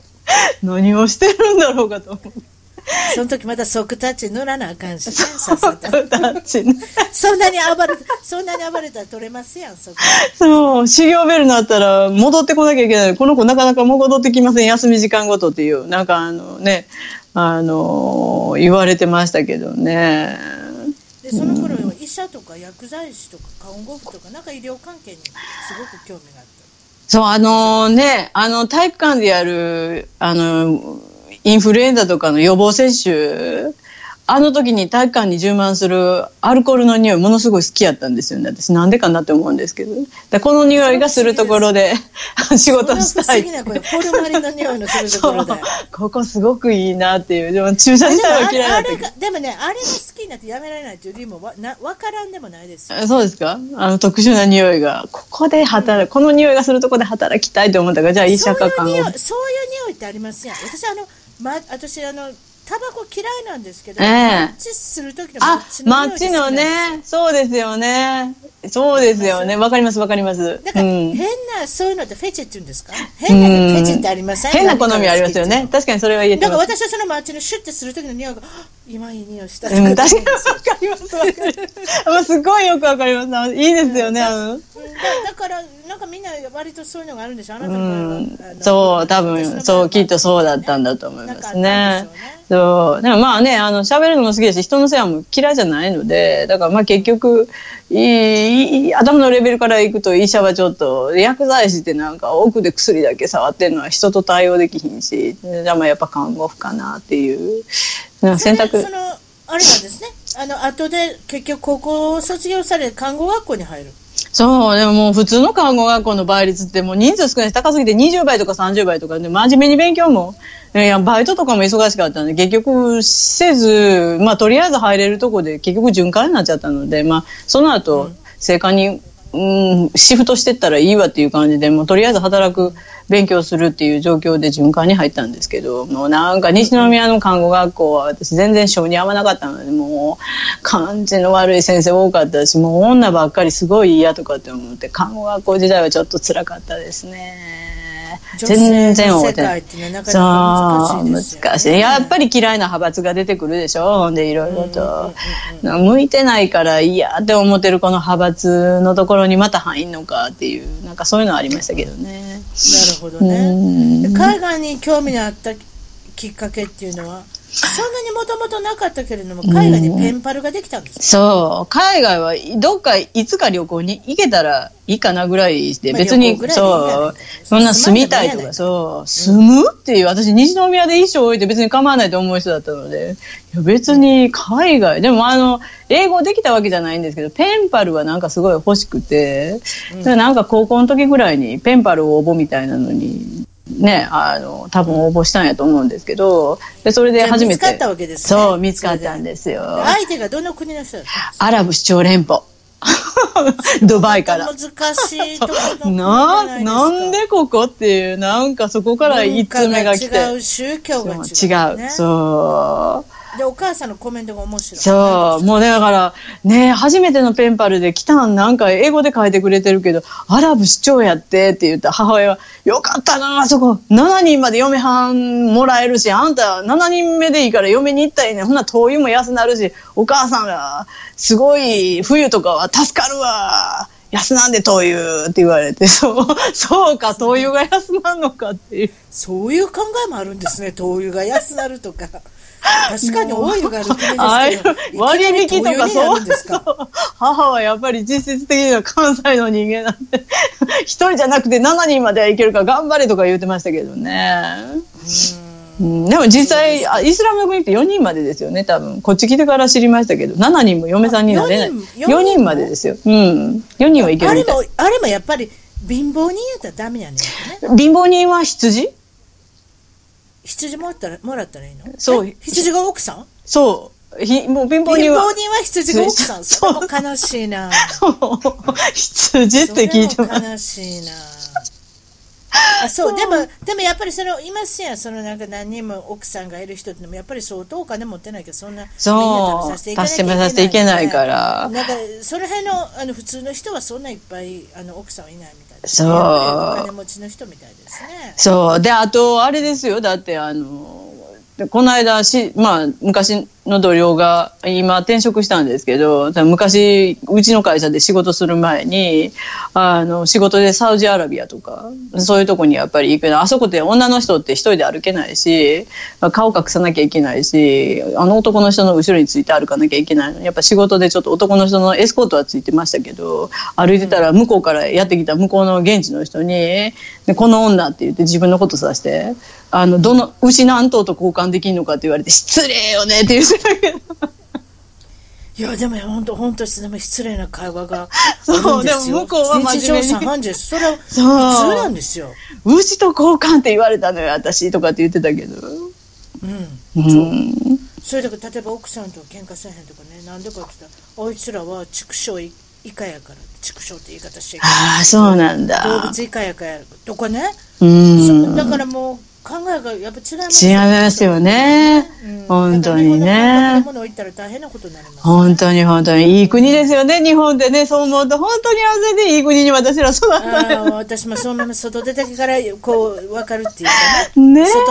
B: 何をしてるんだろうかと思 <laughs> う。
A: その時また即タッチ塗らなあかんしねさっさと
B: 僕たちね
A: そんなに暴れそんなに暴れたら取れますやんそこ
B: <laughs> そう、修行ベルになったら戻ってこなきゃいけない。この子なかなか戻ってきません。休み時間ごとっていう、なんかあのね、あの言われてましたけどね。
A: でその頃は医者とか薬剤師とか看護婦とかなんか医療関係にすごく興味があっ
B: そう、あのね、あの体育館でやる、あの、インフルエンザとかの予防接種、あの時に体育館に充満するアルコールの匂いものすごい好きやったんですよね。私なんでかなって思うんですけど。だこの匂いがするところで <laughs> 仕事
A: た
B: したいって
A: そんな不思議な声ホルマリンの匂いのするところで
B: ここすごくいいなっていうでも駐車
A: で
B: 自
A: も
B: 体
A: あ
B: は
A: れ
B: 嫌いだ
A: あ
B: った
A: れ
B: け
A: がでもねあれが好きになってやめられないっていう理由もわなわからんでもないですよ
B: どそうですかあの特殊な匂いがここで働く、この匂いがするとこで働きたいと思ったからじ <laughs> ゃあ医者か
A: そう
B: 看護
A: いう匂い
B: 婦
A: そういう匂いってありますやん私あの、ま、私あのタバコ嫌いなんですけど、
B: ええ
A: マッチする時のマ
B: あ
A: ッチの
B: マ
A: 匂い
B: ッ
A: が
B: チ
A: 好きな
B: の
A: んです
B: ねそうですよねそうですよねわかりますわかります
A: だから、
B: うん
A: 変なそういうのってフェチって言うんですか変なフェチってありません
B: 変な好みありますよね確かにそれは言えて
A: だから
B: ます
A: 私はそのマッチのシュッてする時の匂いが <gasps> あ今いい匂いしたと
B: う
A: か
B: ん、確かにわかり <laughs> ますわかりますもうすごいよくわかりますあのいいですよねあの
A: うんだだからなんかみんな割とそういうのがあるんでしょあなたの場合はあ
B: うん
A: の
B: そう、多
A: 私の場合
B: 分、
A: は
B: そう、きっとそうだったんだと思い
A: な
B: ま
A: んかあっ
B: す
A: たんでしょうね
B: ね。そう。でもまあね、あの、喋るのも好きだし、人の世話も嫌いじゃないので、だからまあ結局、いいいい頭のレベルからいくと医者はちょっと、薬剤師ってなんか奥で薬だけ触ってるのは人と対応できひんし、じゃあまあやっぱ看護婦かなっていう、なんか選択。
A: それそのあれなんですねあの後で結局高校を卒業され看護学校に入る
B: そう、でももう普通の看護学校の倍率ってもう人数少ないし高すぎて20倍とか30倍とかで真面目に勉強も、いや、バイトとかも忙しかったんで、結局せず、まあとりあえず入れるとこで結局循環になっちゃったので、まあその後、正解に、うん、シフトしてったらいいわっていう感じで、もうとりあえず働く、勉強するっていう状況で循環に入ったんですけど、もうなんか西宮の看護学校は私全然性に合わなかったので、もう感じの悪い先生多かったし、もう女ばっかりすごい嫌とかって思って、看護学校時代はちょっと辛かったですね。全然
A: 女性の
B: 覚え
A: 世
B: てな
A: 界
B: い
A: っていうのはな
B: そ
A: かなか
B: う
A: 難しいですよね
B: 難しいやっぱり嫌いな派閥が出てくるでしょほんでいろいろと、向いてないから嫌って思ってるこの派閥のところにまた入んのかっていうなんかそういうのはありましたけどね
A: なるほど
B: うん
A: ねで海外に興味のあったきっかけっていうのはそんなにもともとなかったけれども海外にペンパルができたんですよ
B: そう海外はどっかいつか旅行に行けたらいいかなぐらいで
A: まあ
B: 別に
A: 旅行ぐらいでいいんじゃない
B: そうそんな住みたいとかそう住むっていう私西宮で衣装置いて別に構わないと思う人だったのでいや別に海外でもあの英語できたわけじゃないんですけどペンパルはなんかすごい欲しくて、だからなんか高校の時ぐらいにペンパル応募みたいなのに。ね、あの多分応募したんやと思うんですけどでそれで初
A: じゃあ見
B: めて
A: つかったわけですね
B: そう見つかったんですよ
A: で相手がどの国の人だった
B: アラブ首長
A: <laughs>
B: 連邦。ドバイから
A: ま。た難しいところの
B: な <laughs> な
A: 国じゃいすか
B: んでここっていう、なんかそこから一通目が来
A: 文化違う
B: て。
A: 宗教が違う、
B: そう
A: ね、
B: 違う。そう。
A: でお母さんのコメントが面白い
B: そう、もうねだから、ね、初めてのペンパルで来たん、なんか英語で書いてくれてるけど、アラブ市長やってって言った母親は、よかったな、あそこ、7人まで嫁はんもらえるし、あんた7人目でいいから嫁に行ったらいいねん。ほんな灯油も安なるし、お母さんが、すごい、冬とかは助かるわ。安なんで灯油って言われて、そう、そうか、灯油が安なんのかっていう。
A: そういう考えもあるんですね灯油が安なるとか確かにオイルが6
B: ああいう
A: 円ですけど
B: 割
A: いき
B: 引と
A: なり灯
B: か
A: 油にな
B: そ
A: る
B: うん
A: ですか
B: そう <laughs> 母はやっぱり実質的には関西の人間なんで <laughs> 一人じゃなくて7人までは行けるから頑張れとか言ってましたけどね。うんでも実際あイスラムの国って4人までですよね多分こっち来てから知りましたけど7人も嫁さんになれない
A: あ四
B: 4人
A: 人四人も
B: までですよ、うん、4人はいけ
A: あ
B: る
A: れ
B: みたい
A: もあれもやっぱり貧乏人やったらダメやねんね
B: 貧乏人は羊
A: 羊もらったらもらったらいいの
B: そう
A: え羊が奥さん
B: そうひもう貧
A: 貧乏
B: 乏人
A: 人
B: は <laughs>
A: は羊が奥さんそれも悲しいな
B: 羊って聞いて
A: それ
B: ます
A: も悲しいなあそうでもでもやっぱりそのいますやんそのなんか何人も奥さんがいる人ってのもやっぱり相当お金持ってないけどそんな
B: そう
A: みんな食べさせていかなきゃいけ
B: 助けさせていけないから
A: なんかその辺のあの普通の人はそんないっぱいあの奥さんはいないみたいです
B: そう
A: やっぱりお金持ちの人みたいですね
B: そうであとあれですよだってあのでこの間し、まあ、昔の同僚が今転職したんですけど昔うちの会社で仕事する前にあの仕事でサウジアラビアとかそういうとこにやっぱり行くのあそこで女の人って一人で歩けないし顔隠さなきゃいけないしあの男の人の後ろについて歩かなきゃいけないのにやっぱ仕事でちょっと男の人のエスコートはついてましたけど歩いてたら向こうからやってきた向こうの現地の人に「でこの女」って言って自分のことさして「あのどの牛何頭と交換できるのか」って言われて「失礼よね」って言ってたけど
A: いやでも本当本当でも失礼な会話が
B: そう
A: あるんすよ
B: でも向こうは真面目に
A: 日常茶飯事ですそれは普通
B: そう
A: なんですよ
B: 「牛と交換って言われたのよ私」とかって言ってたけど。
A: うん
B: うん
A: それだから例えば奥さんと喧嘩せえへんとかねなんでかって言ったらあいつらは畜生以下やから畜生って言い方してる
B: ああそうなん
A: 動
B: だ。
A: 物以下やからとかね、
B: うん
A: そだからもう考えがやっぱ違います
B: 違いますよね
A: うん。
B: 本当に
A: だから
B: ね
A: 日。本の物置いたら大変なことになります
B: 本当に本当にいい国ですよね日本でねそう思うと本当に安全でいい国に私ら育った
A: ああ私もそのまま外出たからこう分かるっていうかね
B: ね
A: 外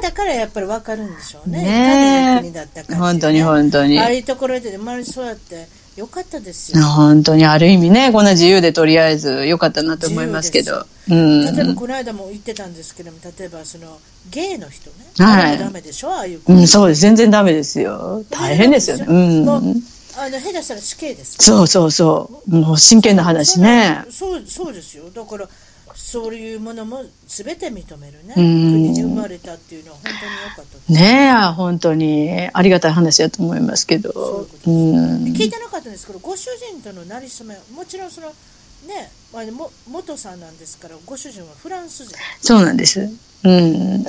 A: 出たからやっぱり分かるんでしょうねいかにいい国だったかっていうね
B: 本当に本当に
A: ああいうところで生まれ育ってよかったですよ
B: 本当にある意味ねこんな自由でとりあえず良かったなと思いますけどう
A: 例えば
B: ん、
A: この間も言ってたんですけども例えばそのゲイの人ね、
B: はい
A: あれもダメでしょああいう子
B: うん、そうです全然ダメですよ大変ですよね
A: もう
B: うん
A: あの下手したら死刑です
B: そうそうそうもう真剣な話ね
A: そうそうですよだからそういうものも全て認めるね、
B: うん
A: 国に生まれたっていうのは本当に良かったと、
B: ねえ本当にありがたい話だと思いますけ
A: そういう
B: ど
A: ことで
B: う
A: す
B: ん
A: 聞いてなかったんですけどご主人とのなりそめもちろんそのねあのも元さんなんですからご主人はフランス人
B: そうなんですうん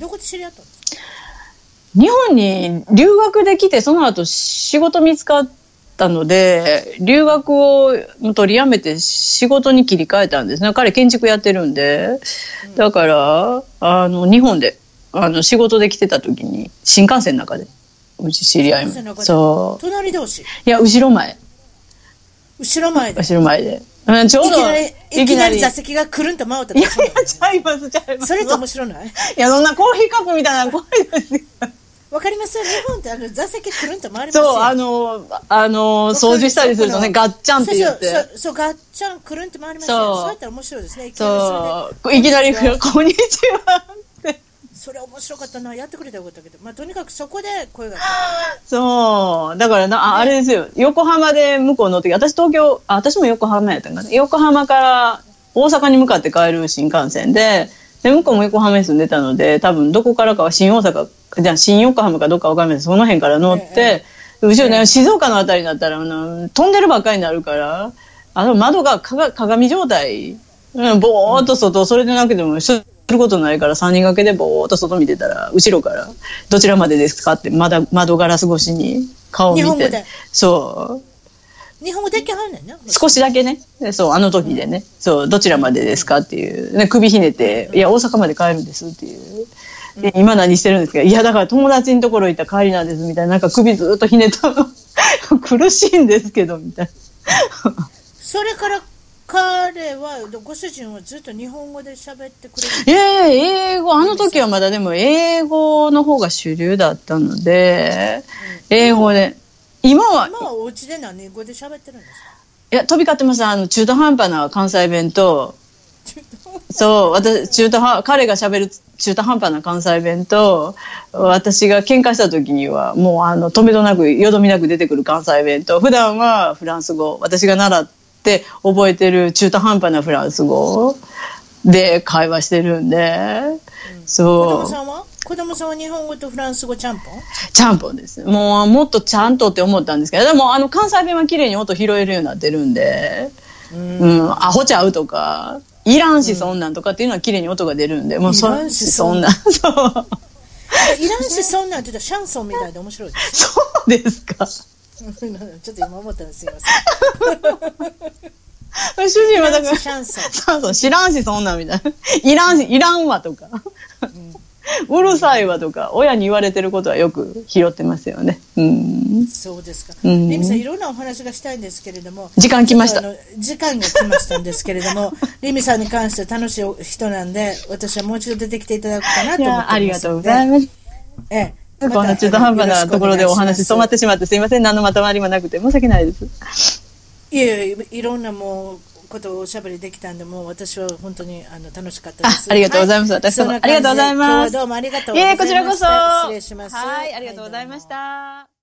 A: どこで知り合ったんですか
B: 日本に留学できてその後仕事見つかったので留学を取りやめて仕事に切り替えたんですね彼建築やってるんでだからあの日本であの仕事で来てた時に新幹線の中でうち知り合い
A: 新幹線の中
B: も
A: で
B: そ
A: 隣同士
B: ういや後ろ前
A: 後ろ前で
B: 後ろ前で、うんちょ
A: い
B: う
A: き
B: ど
A: なりいきなり
B: いきな
A: 座席がくるんと回った
B: い
A: と
B: や
A: かそう
B: い
A: なの
B: やちゃいますちゃいます
A: それと面白ない
B: いやそんなコーヒーカップみたいな怖いですよ
A: わかります日本ってあの座席くるんと回りますよ
B: そうあのあの掃除したりするとねガッチャンって言って
A: そうそうそうそうガッチャンくるんと回ります
B: そ
A: よ
B: う
A: そうやったら面白いですねいきなりそ
B: そう。いきなり、こんにちはって。
A: れでそれ面白かったなやってくれたらよかったけどまあとにかくそこで声が
B: そう。だからな、ああれですよ。横浜で向こう乗って、私東京、あ、私も横浜やったんかな。横浜から大阪に向かって帰る新幹線で、で、向こうも横浜に住んでたので、多分どこからかは新大阪、じゃあ新横浜かどっかわかんないです。その辺から乗って、
A: え
B: 後ろね、静岡のあたりになったら、あの飛んでるばっかりになるから、あの窓がかが鏡状態、うん、ぼーっと外、それでなくてもすることないから、3人掛けでぼーっと外見てたら、後ろから、どちらまでですかって、まだ窓ガラス越しに顔を見
A: 日本語
B: て
A: で、
B: そう。
A: 日本語できはんねんな
B: 少しだけね、そう、あの時でね、そう、どちらまでですかっていう、ね、首ひねって、いや、大阪まで帰るんですっていう、で今何してるんですかいやだから友達のところ行った帰りなんですみたいななんか首ずっとひねった <laughs> の苦しいんですけどみたいな
A: それから彼はご主人はずっと日本語で喋ってくれる
B: <laughs> いやいや英語あの時はまだでも英語の方が主流だったので英語で今は
A: 今はお家で何語で喋ってるんですか
B: いや飛び交ってますあの中途半端な関西弁とそう私中途半彼が喋る中途半端な関西弁と私が喧嘩した時にはもうあの止めどなくよどみなく出てくる関西弁と普段はフランス語私が習って覚えてる中途半端なフランス語で会話してるんで、
A: 子
B: そ
A: 供
B: う
A: さんは子供さんは日本語とフランス語ちゃんぽん
B: ちゃんぽんですもうもっとちゃんとって思ったんですけどでもあの関西弁は綺麗に音拾えるようになってるんで。
A: うん
B: うん、アホちゃうとか、いらんしそんなんとかっていうのは綺麗に音が出るんで、もうそ
A: いらんしそん
B: なん。そう。
A: <laughs> いらんしそんなんって言ったらシャンソンみたいで面白いです <laughs>
B: そうですか。
A: ちょっと今思ったらすいませ
B: 主人はだ
A: ん
B: から、
A: シャンソン
B: そうそう、知らんしそんなんみたいな。いらんし、いらんわとか。うるさいわとか、親に言われてることはよく拾ってますよね。うん。
A: そうですか。
B: う
A: レ
B: ん
A: ミさん、いろんなお話がしたいんですけれども、
B: 時間来ました
A: ちょっとあの時間が来ましたんですけれども、 <laughs> レミさんに関しては楽しい人なんで、私はもう一度出てきていただこうかなと思ってます。
B: ありがとうございます。
A: す。ええ、。
B: こんな中途半端なところでお話止まっててしまって、すいません。何のまとまりもなくて、申し訳ないです。
A: いやいや、いろんなもう、ことをおしゃべりできたんで、もう私は本当にあの楽しかったです。
B: あありがとうございます
A: は
B: 私どう
A: そ
B: も
A: んな感じで
B: ありがとうございま
A: 今
B: す
A: 日はどうもありがとうございました。
B: えこちらこそ。
A: 失礼します。
B: はい、ありがとうございまし
A: は
B: た。